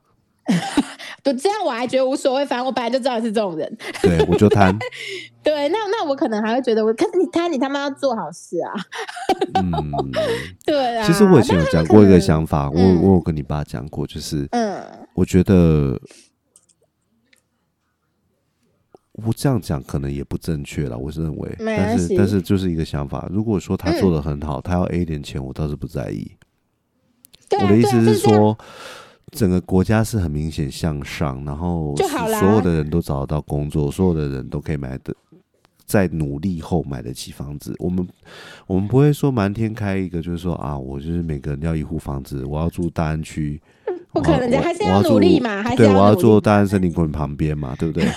Speaker 2: 就这样我还觉得无所谓，反正我本来就知道你是这种人。
Speaker 1: 对我就 贪，
Speaker 2: 对，那那我可能还会觉得我，可是你他你他妈要做好事啊，
Speaker 1: 嗯，
Speaker 2: 对啊。
Speaker 1: 其实我以前有讲过一个
Speaker 2: 想，
Speaker 1: 想法，我
Speaker 2: 嗯
Speaker 1: 我有跟你爸讲过，就是
Speaker 2: 嗯
Speaker 1: 我觉得我这样讲可能也不正确了，我是认为，
Speaker 2: 没
Speaker 1: 但
Speaker 2: 关
Speaker 1: 是
Speaker 2: 系嗯
Speaker 1: 但是就是一个想法，如果说他做的很好，他要 A 点钱，我倒是不在意。
Speaker 2: 对啊，
Speaker 1: 我的意
Speaker 2: 对啊
Speaker 1: 思
Speaker 2: 就是这样
Speaker 1: 说，整个国家是很明显向上，然后
Speaker 2: 就好啦
Speaker 1: 所有的人都找得到工作，所有的人都可以买的，在努力后买得起房子。我们我们不会说瞒天开一个，就是说啊，我就是每个人要一户房子，我要住大安区，
Speaker 2: 嗯不可能
Speaker 1: 我
Speaker 2: 的，
Speaker 1: 我
Speaker 2: 还是
Speaker 1: 我要
Speaker 2: 努力
Speaker 1: 住
Speaker 2: 嘛，还是
Speaker 1: 对，我要
Speaker 2: 努力
Speaker 1: 住大安森林公园旁边嘛，对不 对？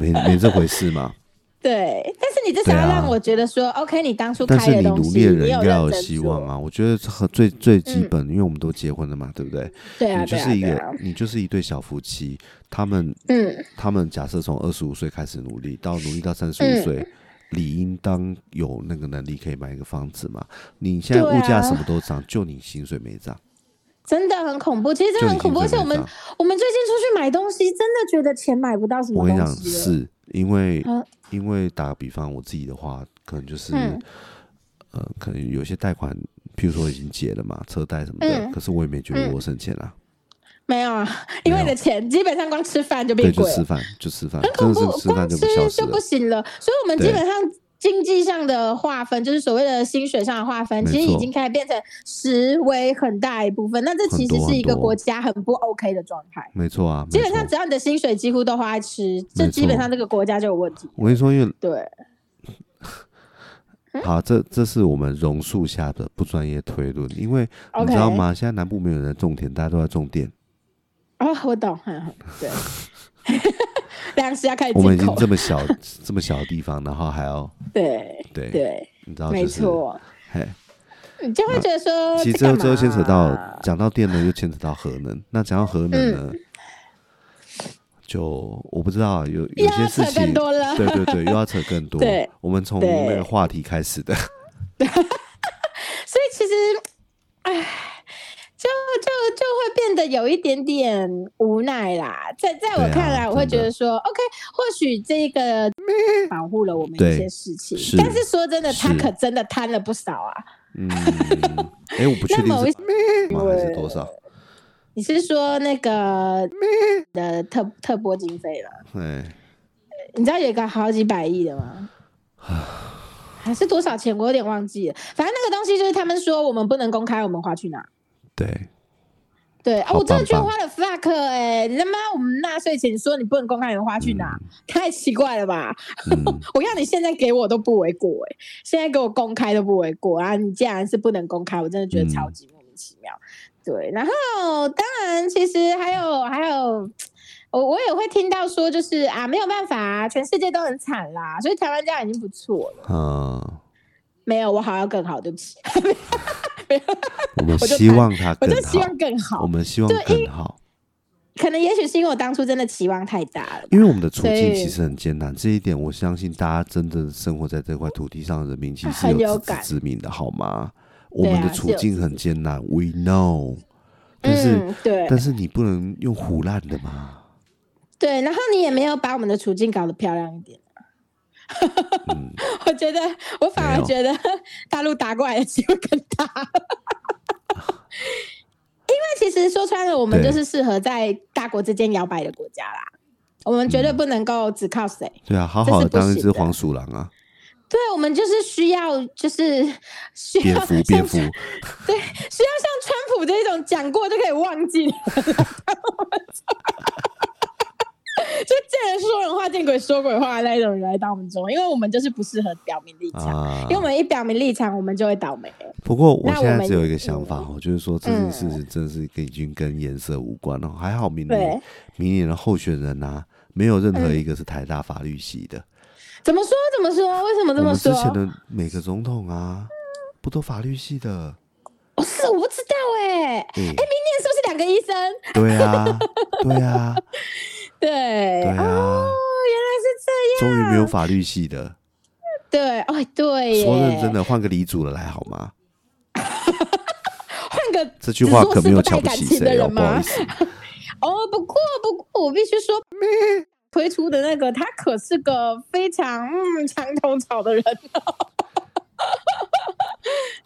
Speaker 1: 没没这回事嘛。
Speaker 2: 对，但是你至少
Speaker 1: 对
Speaker 2: 要
Speaker 1: 啊
Speaker 2: 让我觉得说、o k 你当初
Speaker 1: 但是
Speaker 2: 开
Speaker 1: 你
Speaker 2: 东
Speaker 1: 努
Speaker 2: 西，
Speaker 1: 力的人
Speaker 2: 你
Speaker 1: 应
Speaker 2: 有
Speaker 1: 该要
Speaker 2: 认
Speaker 1: 有
Speaker 2: 真
Speaker 1: 希
Speaker 2: 做
Speaker 1: 望，啊！我觉得这很最最基
Speaker 2: 嗯
Speaker 1: 本，因为我们都结婚了嘛，对不对？
Speaker 2: 对啊，
Speaker 1: 你就
Speaker 2: 对啊，
Speaker 1: 是一
Speaker 2: 对
Speaker 1: 个，
Speaker 2: 啊，
Speaker 1: 你就是一对小夫妻，他们
Speaker 2: 嗯，
Speaker 1: 他们假设从二十五岁开始努力，到努力到三十五
Speaker 2: 嗯
Speaker 1: 岁，理应当有那个能力可以买一个房子嘛。你现在
Speaker 2: 对
Speaker 1: 物价
Speaker 2: 啊
Speaker 1: 什么都涨，就你薪水没涨，
Speaker 2: 真的很恐怖，其实真
Speaker 1: 就
Speaker 2: 的
Speaker 1: 你
Speaker 2: 很啊恐怖，而
Speaker 1: 薪
Speaker 2: 且
Speaker 1: 水
Speaker 2: 我
Speaker 1: 没
Speaker 2: 们
Speaker 1: 涨。
Speaker 2: 我们最近出去买东西，真的觉得钱买不到什
Speaker 1: 我
Speaker 2: 么
Speaker 1: 跟你
Speaker 2: 东
Speaker 1: 讲，
Speaker 2: 西了。
Speaker 1: 是因为
Speaker 2: 嗯
Speaker 1: 因为打个比方，我自己的话，可能就是
Speaker 2: 嗯
Speaker 1: 呃，可能有些贷款，譬如说已经结了嘛，车贷什么的，
Speaker 2: 嗯
Speaker 1: 可是我也没觉得
Speaker 2: 嗯
Speaker 1: 我省钱啦，
Speaker 2: 没有啊，因为你的钱基本上光吃饭就
Speaker 1: 对，
Speaker 2: 变
Speaker 1: 就
Speaker 2: 贵
Speaker 1: 吃
Speaker 2: 了，
Speaker 1: 饭就吃饭，啊真
Speaker 2: 恐
Speaker 1: 的
Speaker 2: 怖，
Speaker 1: 是吃饭
Speaker 2: 光
Speaker 1: 就
Speaker 2: 吃
Speaker 1: 不消失
Speaker 2: 就
Speaker 1: 了
Speaker 2: 不。行了。所以，我们基
Speaker 1: 对
Speaker 2: 本上经济上的划分，就是所谓的薪水上的划分，
Speaker 1: 没
Speaker 2: 其实已
Speaker 1: 错
Speaker 2: 经开始变成食为很大一部分。那这
Speaker 1: 很
Speaker 2: 其实
Speaker 1: 多
Speaker 2: 是
Speaker 1: 很
Speaker 2: 一个
Speaker 1: 多
Speaker 2: 国家很不 OK 的状态。
Speaker 1: 没错啊，
Speaker 2: 基
Speaker 1: 没
Speaker 2: 本上
Speaker 1: 错。
Speaker 2: 只要你的薪水几乎都花在吃，
Speaker 1: 没
Speaker 2: 这
Speaker 1: 错
Speaker 2: 基本上这个国家就有问题。
Speaker 1: 我跟你说，因为
Speaker 2: 对，嗯
Speaker 1: 好，这这是我们榕树下的不专业推论，因为你
Speaker 2: OK
Speaker 1: 知道吗？现在南部没有人在种田，大家都在种电。
Speaker 2: 哦，我懂，嗯嗯对， 粮食要开始
Speaker 1: 我们已
Speaker 2: 进
Speaker 1: 经
Speaker 2: 口，
Speaker 1: 这么小 这么小的地方，然后还要
Speaker 2: 对
Speaker 1: 对，
Speaker 2: 对，
Speaker 1: 你知道
Speaker 2: 没
Speaker 1: 就是
Speaker 2: 错，
Speaker 1: 嘿，
Speaker 2: 你就会觉得说，
Speaker 1: 其实
Speaker 2: 这
Speaker 1: 最后
Speaker 2: 干
Speaker 1: 最后牵扯到
Speaker 2: 嘛啊嗯
Speaker 1: 讲到电 呢，又牵扯到核能。那讲到核能呢，就我不知道啊有有
Speaker 2: 又
Speaker 1: 些
Speaker 2: 要
Speaker 1: 事
Speaker 2: 扯
Speaker 1: 情
Speaker 2: 更，多 了，
Speaker 1: 对对对，又要扯更多
Speaker 2: 对。
Speaker 1: 我们从
Speaker 2: 对
Speaker 1: 那个话题开始的，
Speaker 2: 所以其实，唉。就就就会变得有一点点无奈啦，在在
Speaker 1: 对
Speaker 2: 我
Speaker 1: 啊
Speaker 2: 看来，我会
Speaker 1: 真的嗯
Speaker 2: 觉得说，OK，或许这个保护了我们
Speaker 1: 对
Speaker 2: 一些事情，
Speaker 1: 是
Speaker 2: 但是说真的，他
Speaker 1: 是
Speaker 2: 可真的贪了不少啊。
Speaker 1: 嗯，哎，我不确
Speaker 2: 那
Speaker 1: 定
Speaker 2: 某一
Speaker 1: 是吗还是多少？
Speaker 2: 你是说那个
Speaker 1: 嗯
Speaker 2: 的特特拨经费吗？
Speaker 1: 哎，
Speaker 2: 你知道有一个好几百亿的吗？还是多少钱？我有点忘记了。反正那个东西就是他们说我们不能公开，我们花去哪？
Speaker 1: 对，
Speaker 2: 对啊，
Speaker 1: 好
Speaker 2: 我真的
Speaker 1: 棒
Speaker 2: 觉得
Speaker 1: 棒
Speaker 2: 花了 fuck 哎、你他妈我们纳税钱说你不能公开，你花去哪？ 太奇怪了吧！
Speaker 1: 嗯。
Speaker 2: 我要你现在给我都不为过哎、现在给我公开都不为过啊！你既然是不能公开，我真的觉得
Speaker 1: 嗯
Speaker 2: 超级莫名其妙。对，然后当然其实还有还有，我我也会听到说就是啊没有办法啊，全世界都很惨啦，所以台湾这样已经不错了。
Speaker 1: 嗯，
Speaker 2: 没有，我好要更好，对不起，
Speaker 1: 我们
Speaker 2: 我就
Speaker 1: 希
Speaker 2: 谈
Speaker 1: 望它
Speaker 2: 我
Speaker 1: 更
Speaker 2: 就希
Speaker 1: 好，
Speaker 2: 望更
Speaker 1: 我
Speaker 2: 好。
Speaker 1: 们希望更好，
Speaker 2: 可能也许是因为我当初真的期望太大了吧。
Speaker 1: 因为我们的处境
Speaker 2: 对
Speaker 1: 其实很艰难，这一点我相信大家真正生活在这块土地上的人民其实
Speaker 2: 很有
Speaker 1: 有自
Speaker 2: 感
Speaker 1: 知之明的，好吗？我
Speaker 2: 对啊
Speaker 1: 们的处境很艰难，We know，但是
Speaker 2: 嗯、对
Speaker 1: 但是你不能用胡乱的嘛，
Speaker 2: 对，然后你也没有把我们的处境搞得漂亮一点。
Speaker 1: 嗯，
Speaker 2: 我觉得，我反
Speaker 1: 没
Speaker 2: 而
Speaker 1: 有
Speaker 2: 觉得 大陆打过来的机会更大，因为其实说穿了，我们
Speaker 1: 对
Speaker 2: 就是适合在大国之间摇摆的国家啦。我们
Speaker 1: 嗯
Speaker 2: 绝对不能够只靠谁，
Speaker 1: 对啊，好
Speaker 2: 这是
Speaker 1: 好的
Speaker 2: 不
Speaker 1: 当一
Speaker 2: 行
Speaker 1: 只
Speaker 2: 的
Speaker 1: 黄鼠狼啊，
Speaker 2: 对我们就是需要，就是需
Speaker 1: 蝙
Speaker 2: 要
Speaker 1: 蝠
Speaker 2: 像
Speaker 1: 蝙蝠，
Speaker 2: 川对，需要像川普这种讲过就可以忘记的 人，就见人说人话，见鬼说鬼话的那一种人来当我们中，因为我们就是不适合表明立场，
Speaker 1: 啊
Speaker 2: 因为我们一表明立场，我们就会倒霉了。
Speaker 1: 不过我
Speaker 2: 那
Speaker 1: 现
Speaker 2: 我
Speaker 1: 在
Speaker 2: 们嗯
Speaker 1: 只有一个想法哦，就是说这件事情真的是跟已经跟颜色无关了。还好明年
Speaker 2: 对嗯
Speaker 1: 明年的候选人啊，没有任何一个是台大法律系的。
Speaker 2: 怎么说？怎么说？为什么这
Speaker 1: 我
Speaker 2: 么
Speaker 1: 们之
Speaker 2: 说？
Speaker 1: 前的每个总统啊，不都法律系的？
Speaker 2: 哦，是我不知道哎、哎、
Speaker 1: 哎，
Speaker 2: 明年是不是两个医生？
Speaker 1: 对啊，对啊，
Speaker 2: 对，
Speaker 1: 对
Speaker 2: 哦，
Speaker 1: 啊，
Speaker 2: 原来是这样。
Speaker 1: 终于没有法律系的。
Speaker 2: 对，哦，对耶。
Speaker 1: 说认真的，换个李主的来好吗？
Speaker 2: 换个
Speaker 1: 这句话
Speaker 2: 只做
Speaker 1: 可
Speaker 2: 事
Speaker 1: 没有
Speaker 2: 不带
Speaker 1: 瞧不
Speaker 2: 感
Speaker 1: 起
Speaker 2: 情的
Speaker 1: 谁哦，
Speaker 2: 人
Speaker 1: 不好
Speaker 2: 吗
Speaker 1: 意思。
Speaker 2: 哦，不过不过，我必须 说，推出的那个他可是个非常嗯墙头草的人、 哦，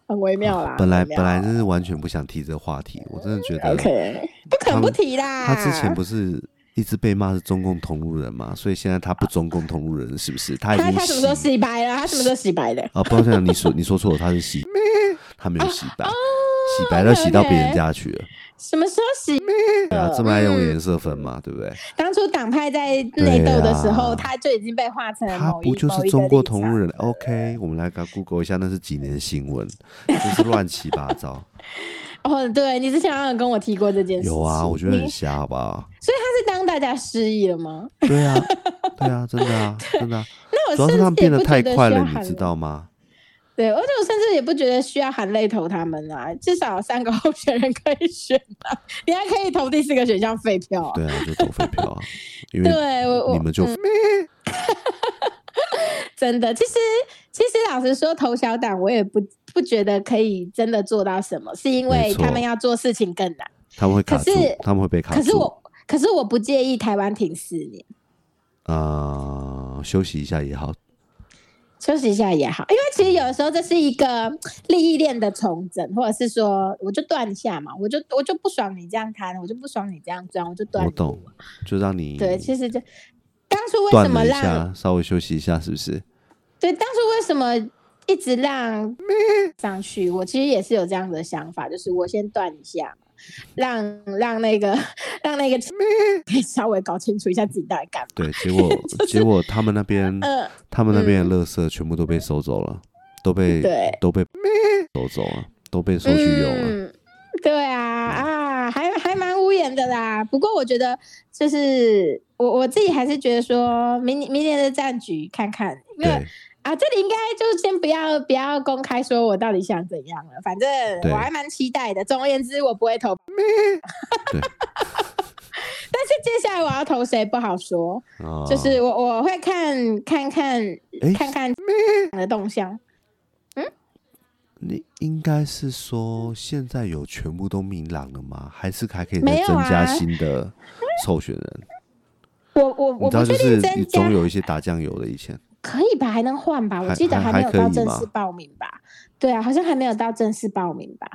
Speaker 2: 很微妙啦。
Speaker 1: 啊本来
Speaker 2: 很微妙
Speaker 1: 本来真是完全不想提这个话题，我真的觉得
Speaker 2: OK，不可
Speaker 1: 他
Speaker 2: 能不
Speaker 1: 们
Speaker 2: 提啦。
Speaker 1: 他之前不是一直被骂是中共同路人嘛，所以现在他不中共同路人是不是？他已
Speaker 2: 他
Speaker 1: 经
Speaker 2: 他什么时候
Speaker 1: 洗
Speaker 2: 洗白了？他什么时候洗白的？
Speaker 1: 啊，不要这样，你说你说错了，他是洗，他没有洗白，洗白到
Speaker 2: OK，OK
Speaker 1: 洗到别人家去了，
Speaker 2: 哦什么时候洗？
Speaker 1: 对啊，这么爱用颜色分嘛，对不对？
Speaker 2: 当初党派在内斗的时
Speaker 1: 对
Speaker 2: 候，
Speaker 1: 啊
Speaker 2: 他就已经被划成了
Speaker 1: 他
Speaker 2: 某一
Speaker 1: 不就
Speaker 2: 某
Speaker 1: 是
Speaker 2: 一
Speaker 1: 中
Speaker 2: 个
Speaker 1: 国
Speaker 2: 立
Speaker 1: 同
Speaker 2: 场
Speaker 1: 路人？OK，我们来给他 Google 一下，那是几年新闻，真是乱七八 糟。
Speaker 2: 哦，对你之前好像有跟我提过这件事情。
Speaker 1: 有啊，我觉得
Speaker 2: 你
Speaker 1: 很瞎，好不好？
Speaker 2: 所以他是当大家失忆了吗？
Speaker 1: 对啊，对啊，真的啊，真的啊。
Speaker 2: 那 我
Speaker 1: 主要是
Speaker 2: 甚
Speaker 1: 他们
Speaker 2: 至也
Speaker 1: 变得
Speaker 2: 不觉
Speaker 1: 太
Speaker 2: 得需
Speaker 1: 快了，
Speaker 2: 要喊
Speaker 1: 你知道吗？
Speaker 2: 对，而且我甚至也不觉得需要含泪投他们啊，至少有三个 候选人可以选啊，你还可以投第四个选项废票、啊。
Speaker 1: 对啊，就投废票啊，因为
Speaker 2: 对，我嗯
Speaker 1: 你
Speaker 2: 我
Speaker 1: 们就
Speaker 2: 真的，其实其实老实说，投小党我也不不觉得可以真的做到什么，是因
Speaker 1: 没
Speaker 2: 为
Speaker 1: 错
Speaker 2: 他们要做事情更难。
Speaker 1: 他们会卡
Speaker 2: 可
Speaker 1: 住
Speaker 2: 是，
Speaker 1: 他们会被卡
Speaker 2: 可是
Speaker 1: 住
Speaker 2: 我可是我不介意台湾停四年，
Speaker 1: 啊、休息一下也好。
Speaker 2: 休息一下也好，因为其实有的时候这是一个利益链的重整，或者是说我就断一下嘛，我就我就不爽你这样谈，我就不爽你这样钻，我就断
Speaker 1: 我。懂，就让你
Speaker 2: 对，其实就当初为什
Speaker 1: 断
Speaker 2: 么
Speaker 1: 了一
Speaker 2: 让
Speaker 1: 下，稍微休息一下，是不是？
Speaker 2: 对当初为什么一直让嗯上去，我其实也是有这样的想法，就是我先断一下嘛，让让那个让那个 可以稍微搞清楚一下自己到底干嘛。
Speaker 1: 对，结果、结果他们那边、
Speaker 2: 呃，
Speaker 1: 他们那边的垃圾全部都被收走了，都被
Speaker 2: 对
Speaker 1: 都被 收走了，都被收去用啊嗯了。
Speaker 2: 嗯对啊啊，还还蛮无言的啦。不过我觉得，就是我我自己还是觉得说明年明年的战局看看，因为
Speaker 1: 对，
Speaker 2: 啊，这里应该就先不要不要公开说我到底想怎样了，反正
Speaker 1: 对
Speaker 2: 我还蛮期待的。总而言之，我不会投。
Speaker 1: 对
Speaker 2: 但是接下来我要投谁不好说，
Speaker 1: 啊，
Speaker 2: 就是我我会看看看
Speaker 1: 哎，
Speaker 2: 看看的动向。
Speaker 1: 你应该是说现在有全部都明朗了吗？还是还可以
Speaker 2: 没
Speaker 1: 再
Speaker 2: 有
Speaker 1: 增加
Speaker 2: 啊
Speaker 1: 新的候选人？
Speaker 2: 我我
Speaker 1: 你知
Speaker 2: 我不
Speaker 1: 道，就
Speaker 2: 确
Speaker 1: 是
Speaker 2: 定增加
Speaker 1: 总有一些打酱油的，以前
Speaker 2: 可以吧，还能换吧？
Speaker 1: 还
Speaker 2: 我记得
Speaker 1: 还
Speaker 2: 没有
Speaker 1: 还可
Speaker 2: 到
Speaker 1: 以
Speaker 2: 正
Speaker 1: 吧
Speaker 2: 式报名吧？对啊，好像还没有到正式报名吧？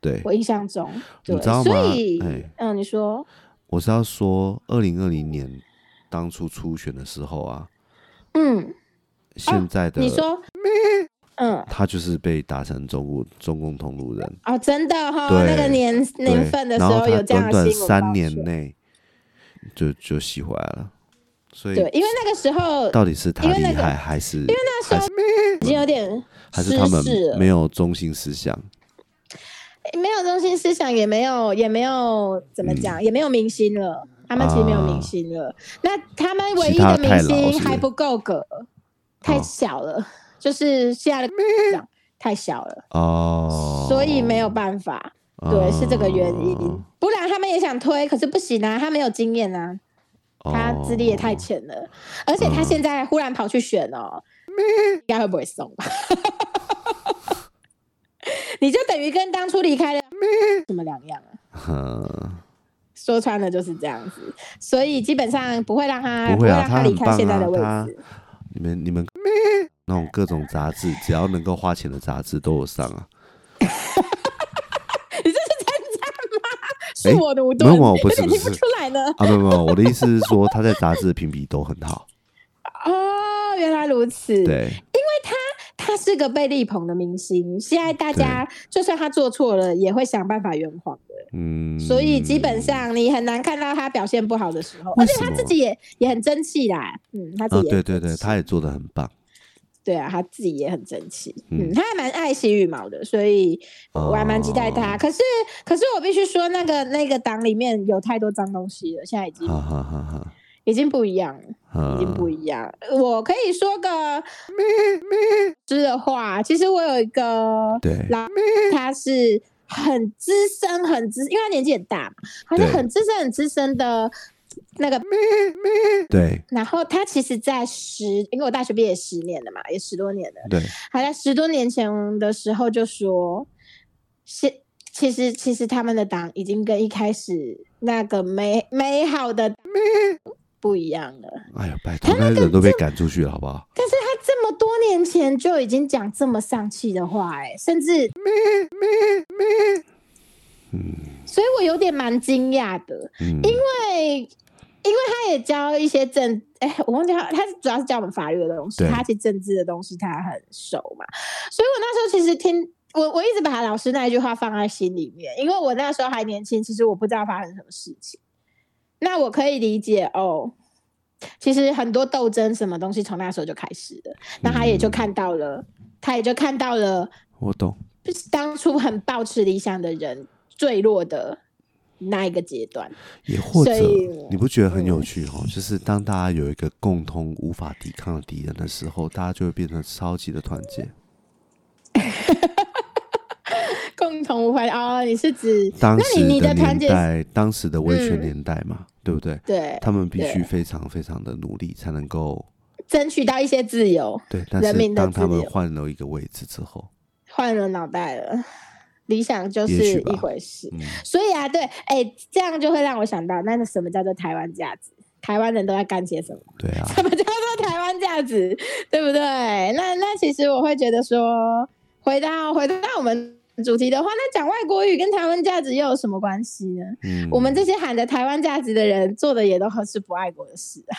Speaker 1: 对，
Speaker 2: 我印象中，
Speaker 1: 你
Speaker 2: 对，
Speaker 1: 知道吗
Speaker 2: 所以
Speaker 1: 哎，
Speaker 2: 嗯，你说，
Speaker 1: 我是要说，二零二零年当初初选的时候啊，
Speaker 2: 嗯，
Speaker 1: 现在的、
Speaker 2: 你说，嗯，
Speaker 1: 他就是被打成中共中共同路人，
Speaker 2: 哦，真的哈、
Speaker 1: 对
Speaker 2: 那个年
Speaker 1: 对
Speaker 2: 年份的时
Speaker 1: 然后
Speaker 2: 候
Speaker 1: 他
Speaker 2: 有这样
Speaker 1: 短
Speaker 2: 的
Speaker 1: 短
Speaker 2: 新闻报
Speaker 1: 三年
Speaker 2: 说
Speaker 1: 内就就洗回来了，所以
Speaker 2: 对，因为那个时候
Speaker 1: 到底是他
Speaker 2: 因为
Speaker 1: 厉
Speaker 2: 那
Speaker 1: 害、
Speaker 2: 个
Speaker 1: 还是
Speaker 2: 那时候已经有点
Speaker 1: 还
Speaker 2: 失
Speaker 1: 是他们
Speaker 2: 势了，
Speaker 1: 没有中心思想？
Speaker 2: 没有中心思想，也没有也没有怎
Speaker 1: 嗯
Speaker 2: 么讲，也没有明星了。他们其实没有明星了，那他们唯一的明
Speaker 1: 啊其他太老是
Speaker 2: 星
Speaker 1: 不是哦
Speaker 2: 还不够格，太小了，就是现在的长太小了，
Speaker 1: 嗯哦，
Speaker 2: 所以没有办法。对，是这个原因。不然他们也想推，可是不行啊，他没有经验啊，
Speaker 1: 哦
Speaker 2: 他资历也太浅了，而且他
Speaker 1: 嗯
Speaker 2: 现在忽然跑去选哦，应该会不会送吧？
Speaker 1: 嗯
Speaker 2: 你就等于跟当初离开了什么两样啊？
Speaker 1: 哼
Speaker 2: 说穿了就是这样子，所以基本上哎不会让他
Speaker 1: 不
Speaker 2: 会
Speaker 1: 会啊
Speaker 2: 让，
Speaker 1: 他
Speaker 2: 离
Speaker 1: 很
Speaker 2: 开
Speaker 1: 棒
Speaker 2: 现在
Speaker 1: 啊
Speaker 2: 的，位
Speaker 1: 他
Speaker 2: 置。
Speaker 1: 你们你们那种各种杂志，只要能够花钱的杂志都有上啊。
Speaker 2: 你这是在
Speaker 1: 诶
Speaker 2: 赞吗？是我努
Speaker 1: 没
Speaker 2: 顿，
Speaker 1: 有没有不是
Speaker 2: 有点
Speaker 1: 不
Speaker 2: 听不
Speaker 1: 是
Speaker 2: 出来呢。
Speaker 1: 啊，没有没有，我的意思是说他在杂志的评比都很 好。
Speaker 2: 哦，原来如此。
Speaker 1: 对，
Speaker 2: 他是个被力捧的明星，现在大家就算他做错了，也会想办法圆谎的。
Speaker 1: 嗯，
Speaker 2: 所以基本上你很难看到他表现不好的时候，而且他
Speaker 1: 为什么
Speaker 2: 自己也也很争气啦。嗯，他自
Speaker 1: 啊，
Speaker 2: 己也
Speaker 1: 对对
Speaker 2: 很
Speaker 1: 对，
Speaker 2: 争气
Speaker 1: 他也做的很棒。
Speaker 2: 对啊，他自己也很争气。
Speaker 1: 嗯
Speaker 2: 嗯，他还蛮爱惜羽毛的，所以我还蛮期待他。
Speaker 1: 哦
Speaker 2: 可是，可是我必须说，那个那个党里面有太多脏东西了，现在已经、
Speaker 1: 哈哈哈哈。
Speaker 2: 已经不一样了。已经不
Speaker 1: 嗯，
Speaker 2: 一样。我可以说个之的话，其实我有一个
Speaker 1: 对，
Speaker 2: 老，他是很资深、很资，因为他年纪很大嘛，他是
Speaker 1: 对
Speaker 2: 很资深、很资深的那个。
Speaker 1: 对
Speaker 2: 然后他其实，在十，因为我大学毕业十年了嘛，也十多年了。
Speaker 1: 对，
Speaker 2: 还在十多年前的时候就说，现其实其实他们的党已经跟一开始那个美美好的不一样了。
Speaker 1: 哎呦，拜托，那些人都被赶出去了，好不好？
Speaker 2: 但是他这么多年前就已经讲这么丧气的话、哎，甚至，所以我有点蛮惊讶的，
Speaker 1: 嗯，
Speaker 2: 对，因为他也教一些政，哎、我忘记他，他主要是教我们法律的东西，
Speaker 1: 对
Speaker 2: 他其实政治的东西他很熟嘛，所以我那时候其实听。我我一直把他老师那一句话放在心里面，因为我那时候还年轻，其实我不知道发生什么事情。那我可以理解哦，其实很多斗争什么东西从那时候就开始了，那他也就看到了，他也就看到了
Speaker 1: 我懂。
Speaker 2: 就是当初很抱持理想的人坠落的那一个阶段。
Speaker 1: 也或者
Speaker 2: 所以，嗯
Speaker 1: 你不觉得很有趣哦？就是当大家有一个共同无法抵抗的敌人的时候，大家就会变成超级的团结。
Speaker 2: 共同无法哦，你是指
Speaker 1: 当
Speaker 2: 那
Speaker 1: 时
Speaker 2: 你你
Speaker 1: 的
Speaker 2: 的团
Speaker 1: 年
Speaker 2: 结
Speaker 1: 代，当时的威权
Speaker 2: 嗯
Speaker 1: 年代嘛，对不对？
Speaker 2: 对
Speaker 1: 他们必须
Speaker 2: 对
Speaker 1: 非常非常的努力才能够
Speaker 2: 争取到一些自由，
Speaker 1: 对，但
Speaker 2: 人
Speaker 1: 是
Speaker 2: 民的
Speaker 1: 当他
Speaker 2: 自
Speaker 1: 们
Speaker 2: 由
Speaker 1: 换了一个位置之后，
Speaker 2: 换了脑袋了，理想就
Speaker 1: 也许
Speaker 2: 是
Speaker 1: 吧
Speaker 2: 一回事。
Speaker 1: 嗯，
Speaker 2: 所以啊，对，哎、这样就会让我想到，那个什么叫做台湾价值？台湾人都在干些什么？
Speaker 1: 对啊，
Speaker 2: 什么叫做台湾价值？ 对不对？那那其实我会觉得说，回到回到我们主题的话，那讲外国语跟台湾价值又有什么关系呢？
Speaker 1: 嗯，
Speaker 2: 我们这些喊着台湾价值的人，做的也都很是不爱国的事啊。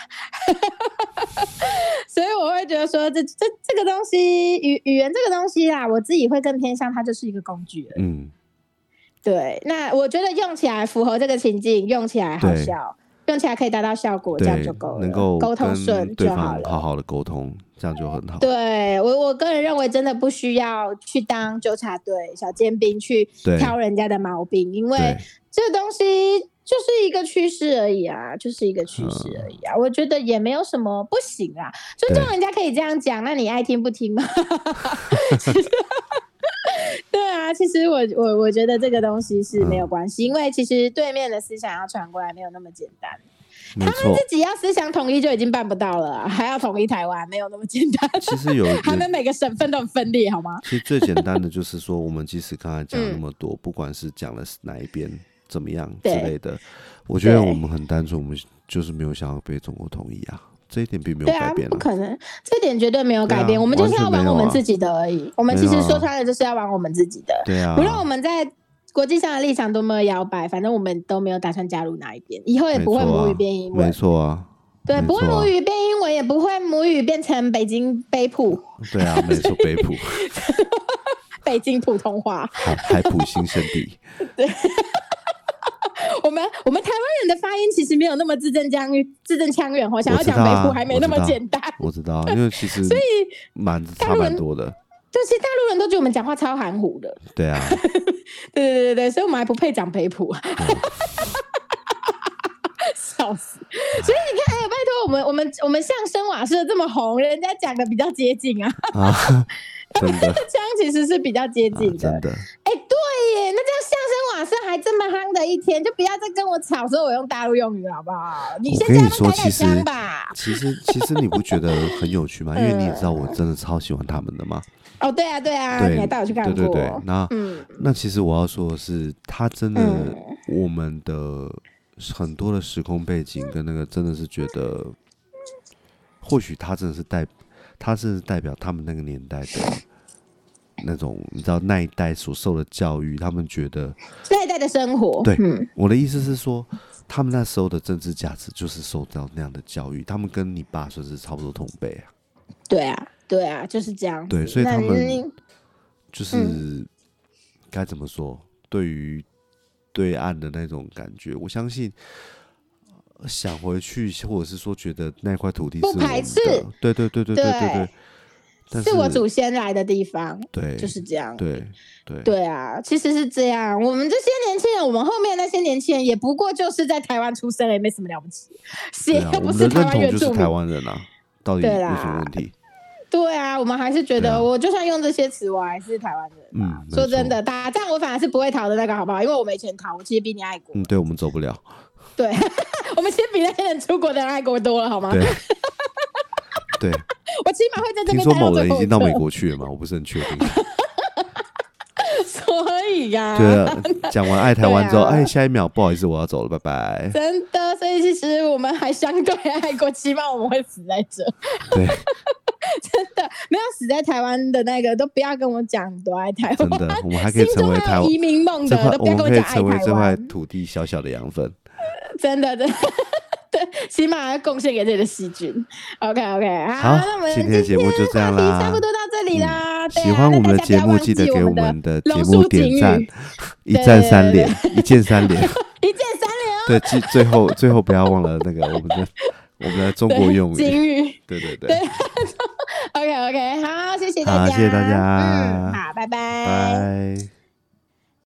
Speaker 2: 所以我会觉得说，这这这个东西，语语言这个东西啊，我自己会更偏向它就是一个工具而已。
Speaker 1: 嗯，
Speaker 2: 对，那我觉得用起来符合这个情境，用起来好
Speaker 1: 对
Speaker 2: 笑，用起来可以达到效果，这样
Speaker 1: 对
Speaker 2: 就够，了，
Speaker 1: 能够
Speaker 2: 沟通
Speaker 1: 跟
Speaker 2: 顺
Speaker 1: 对
Speaker 2: 就好
Speaker 1: 方
Speaker 2: 了。
Speaker 1: 好好的沟通，这样就很好。
Speaker 2: 对我，我个人认为真的不需要去当纠察队、小尖兵去
Speaker 1: 对
Speaker 2: 挑人家的毛病，因为
Speaker 1: 对，
Speaker 2: 这东西就是一个趋势而已啊，就是一个趋势而已啊。我觉得也没有什么不行啊，尊重
Speaker 1: 对
Speaker 2: 人家可以这样讲，那你爱听不听 嘛？对啊，其实我我我觉得这个东西是没有关系，因为其实对面的思想要传过来没有那么简单，
Speaker 1: 没错。
Speaker 2: 自己要思想统一就已经办不到了啊、还要统一台湾，没有那么简单。
Speaker 1: 其实有一
Speaker 2: 他
Speaker 1: 个
Speaker 2: 们每个省份都很分裂，好吗？
Speaker 1: 其实最简单的就是说，我们即使刚才讲了那么多，不管是讲了哪一边怎么样之
Speaker 2: 嗯对
Speaker 1: 类的，我觉得
Speaker 2: 对
Speaker 1: 我们很单纯，我们就是没有想要被中国统一啊，这一点并没有
Speaker 2: 对
Speaker 1: 改
Speaker 2: 啊
Speaker 1: 变，
Speaker 2: 不可能，这点绝对没有
Speaker 1: 对啊
Speaker 2: 改变。我们就是要
Speaker 1: 完全
Speaker 2: 玩
Speaker 1: 没有
Speaker 2: 我
Speaker 1: 啊
Speaker 2: 们自己的而已。我们其
Speaker 1: 没
Speaker 2: 实
Speaker 1: 有啊
Speaker 2: 说穿了就是要玩我们自己的。
Speaker 1: 对啊
Speaker 2: 无，论我们在国际上的立场多么摇摆，反正我们都没有打算加入哪一边，以后也
Speaker 1: 没
Speaker 2: 不会
Speaker 1: 错
Speaker 2: 母语
Speaker 1: 啊
Speaker 2: 变英，文，
Speaker 1: 没错啊，
Speaker 2: 对，
Speaker 1: 没
Speaker 2: 不会
Speaker 1: 错啊
Speaker 2: 母语变英文，也不会母语变成北京北普、
Speaker 1: 对啊，没错，北普
Speaker 2: 北京普通话。
Speaker 1: 海海普新圣地，
Speaker 2: 我们我们台湾人的发音其实没有那么字正腔字正腔圆哦，想要
Speaker 1: 我知
Speaker 2: 讲
Speaker 1: 道啊
Speaker 2: 北普还没那么
Speaker 1: 我知道
Speaker 2: 简单。
Speaker 1: 我知道，啊因为其实蛮差蛮多的，
Speaker 2: 就是大陆人都觉得我们讲话超含糊的，
Speaker 1: 对啊，
Speaker 2: 对对对对，所以我们还不配讲北普，
Speaker 1: 嗯
Speaker 2: 笑死！所以你看，哎、拜托我们我们我们相声瓦舍这么红，人家讲的比较接近啊，
Speaker 1: 啊，真的，
Speaker 2: 这样其实是比较接
Speaker 1: 啊
Speaker 2: 近的。
Speaker 1: 真的，
Speaker 2: 哎、对耶，那这样相声瓦舍还这么夯的一天，就不要再跟我吵说我用大陆用语好不好？你先
Speaker 1: 我跟你
Speaker 2: 叫他
Speaker 1: 说
Speaker 2: 们开
Speaker 1: 其
Speaker 2: 开
Speaker 1: 实
Speaker 2: 枪吧。
Speaker 1: 其实其实你不觉得很有趣吗？因为你也知道，我真的超喜欢他们的嘛，
Speaker 2: 哦，对啊，对啊，
Speaker 1: 对
Speaker 2: 你还带我去看
Speaker 1: 对
Speaker 2: 过。哦
Speaker 1: 对对，那。
Speaker 2: 嗯，
Speaker 1: 那其实我要说的是，他真的，
Speaker 2: 嗯
Speaker 1: 我们的很多的时空背景跟那个，真的是觉得，或许他真的是代，他是代表他们那个年代的那种，你知道那一代所受的教育，他们觉得
Speaker 2: 那一代的生活，
Speaker 1: 对
Speaker 2: 嗯，
Speaker 1: 我的意思是说，他们那时候的政治价值就是受到那样的教育，他们跟你爸算是差不多同辈啊，
Speaker 2: 对啊，对啊，就是这样子。
Speaker 1: 对所以他
Speaker 2: 那
Speaker 1: 们
Speaker 2: 你嗯
Speaker 1: 就是该怎么说，对于对岸的那种感觉，我相信。呃想回去，或者是说觉得那块土地是
Speaker 2: 不
Speaker 1: 我们
Speaker 2: 排斥
Speaker 1: 的，对对对对对对对
Speaker 2: 对，
Speaker 1: 但
Speaker 2: 是我祖先来的地方，
Speaker 1: 对，
Speaker 2: 就是这样。
Speaker 1: 对对
Speaker 2: 对啊，其实是这样。我们这些年轻人，我们后面那些年轻人，也不过就是在台湾出生，也没什么了不起，谁
Speaker 1: 对啊，
Speaker 2: 又
Speaker 1: 我
Speaker 2: 不
Speaker 1: 们的
Speaker 2: 是台
Speaker 1: 认
Speaker 2: 湾
Speaker 1: 同
Speaker 2: 原
Speaker 1: 就是
Speaker 2: 住
Speaker 1: 台
Speaker 2: 民。
Speaker 1: 湾人啊，到底有
Speaker 2: 对
Speaker 1: 什
Speaker 2: 啦
Speaker 1: 么问题？
Speaker 2: 对啊，我们还是觉
Speaker 1: 对啊
Speaker 2: 得，我就算用这些词，我还是台湾人啊。
Speaker 1: 嗯没
Speaker 2: 说真
Speaker 1: 错
Speaker 2: 的，打仗我反而是不会逃的那个，好不好？因为我没钱逃，我其实比你爱国。
Speaker 1: 嗯，对我们走不了，
Speaker 2: 对， 我们其实比那些人出国的人爱国多了，好吗？
Speaker 1: 对对。
Speaker 2: 我起码会在这
Speaker 1: 听
Speaker 2: 边
Speaker 1: 说
Speaker 2: 待到
Speaker 1: 某人
Speaker 2: 最
Speaker 1: 已
Speaker 2: 后一
Speaker 1: 经到
Speaker 2: 刻
Speaker 1: 美，国去了嘛，我不是很确 定。
Speaker 2: 所以呀、
Speaker 1: 对啊，讲完爱台湾之后，
Speaker 2: 对啊
Speaker 1: 哎，下一秒不好意思，我要走了，拜拜。
Speaker 2: 真的，所以其实我们还相对爱国，起码我们会死在这。
Speaker 1: 对，
Speaker 2: 没有死在台湾的那个，都不要跟我讲多爱台
Speaker 1: 真
Speaker 2: 湾。
Speaker 1: 的，我们还可以
Speaker 2: 心
Speaker 1: 成
Speaker 2: 中
Speaker 1: 为
Speaker 2: 还
Speaker 1: 台
Speaker 2: 有
Speaker 1: 湾
Speaker 2: 移民梦
Speaker 1: 这
Speaker 2: 的，
Speaker 1: 块，我
Speaker 2: 都不要
Speaker 1: 们
Speaker 2: 跟
Speaker 1: 可以
Speaker 2: 讲爱
Speaker 1: 成为
Speaker 2: 台
Speaker 1: 这块
Speaker 2: 湾。
Speaker 1: 土地小小的养分。
Speaker 2: 真的，真的， 对，起码要贡献给这里的细菌。OK OK，
Speaker 1: 好
Speaker 2: 那我们
Speaker 1: 今天的节目就这样啦嗯
Speaker 2: 话题差不多到这里啦。对啊
Speaker 1: 喜欢我们
Speaker 2: 那
Speaker 1: 的
Speaker 2: 大家
Speaker 1: 节
Speaker 2: 不要
Speaker 1: 目，
Speaker 2: 忘
Speaker 1: 记
Speaker 2: 记
Speaker 1: 得给
Speaker 2: 我
Speaker 1: 我
Speaker 2: 们
Speaker 1: 们的节
Speaker 2: 龙树
Speaker 1: 目点
Speaker 2: 警
Speaker 1: 赞
Speaker 2: 语，
Speaker 1: 一
Speaker 2: 对
Speaker 1: 赞
Speaker 2: 对
Speaker 1: 三
Speaker 2: 对
Speaker 1: 连，一键三连。
Speaker 2: 一键三连哦。
Speaker 1: 对，最最后最后不要忘了那个我们的我们的中国
Speaker 2: 对
Speaker 1: 用语。
Speaker 2: 警语。
Speaker 1: 对对对，
Speaker 2: OK OK，好，谢谢大
Speaker 1: 好
Speaker 2: 家，
Speaker 1: 谢谢大家
Speaker 2: 嗯，好，拜拜
Speaker 1: 拜。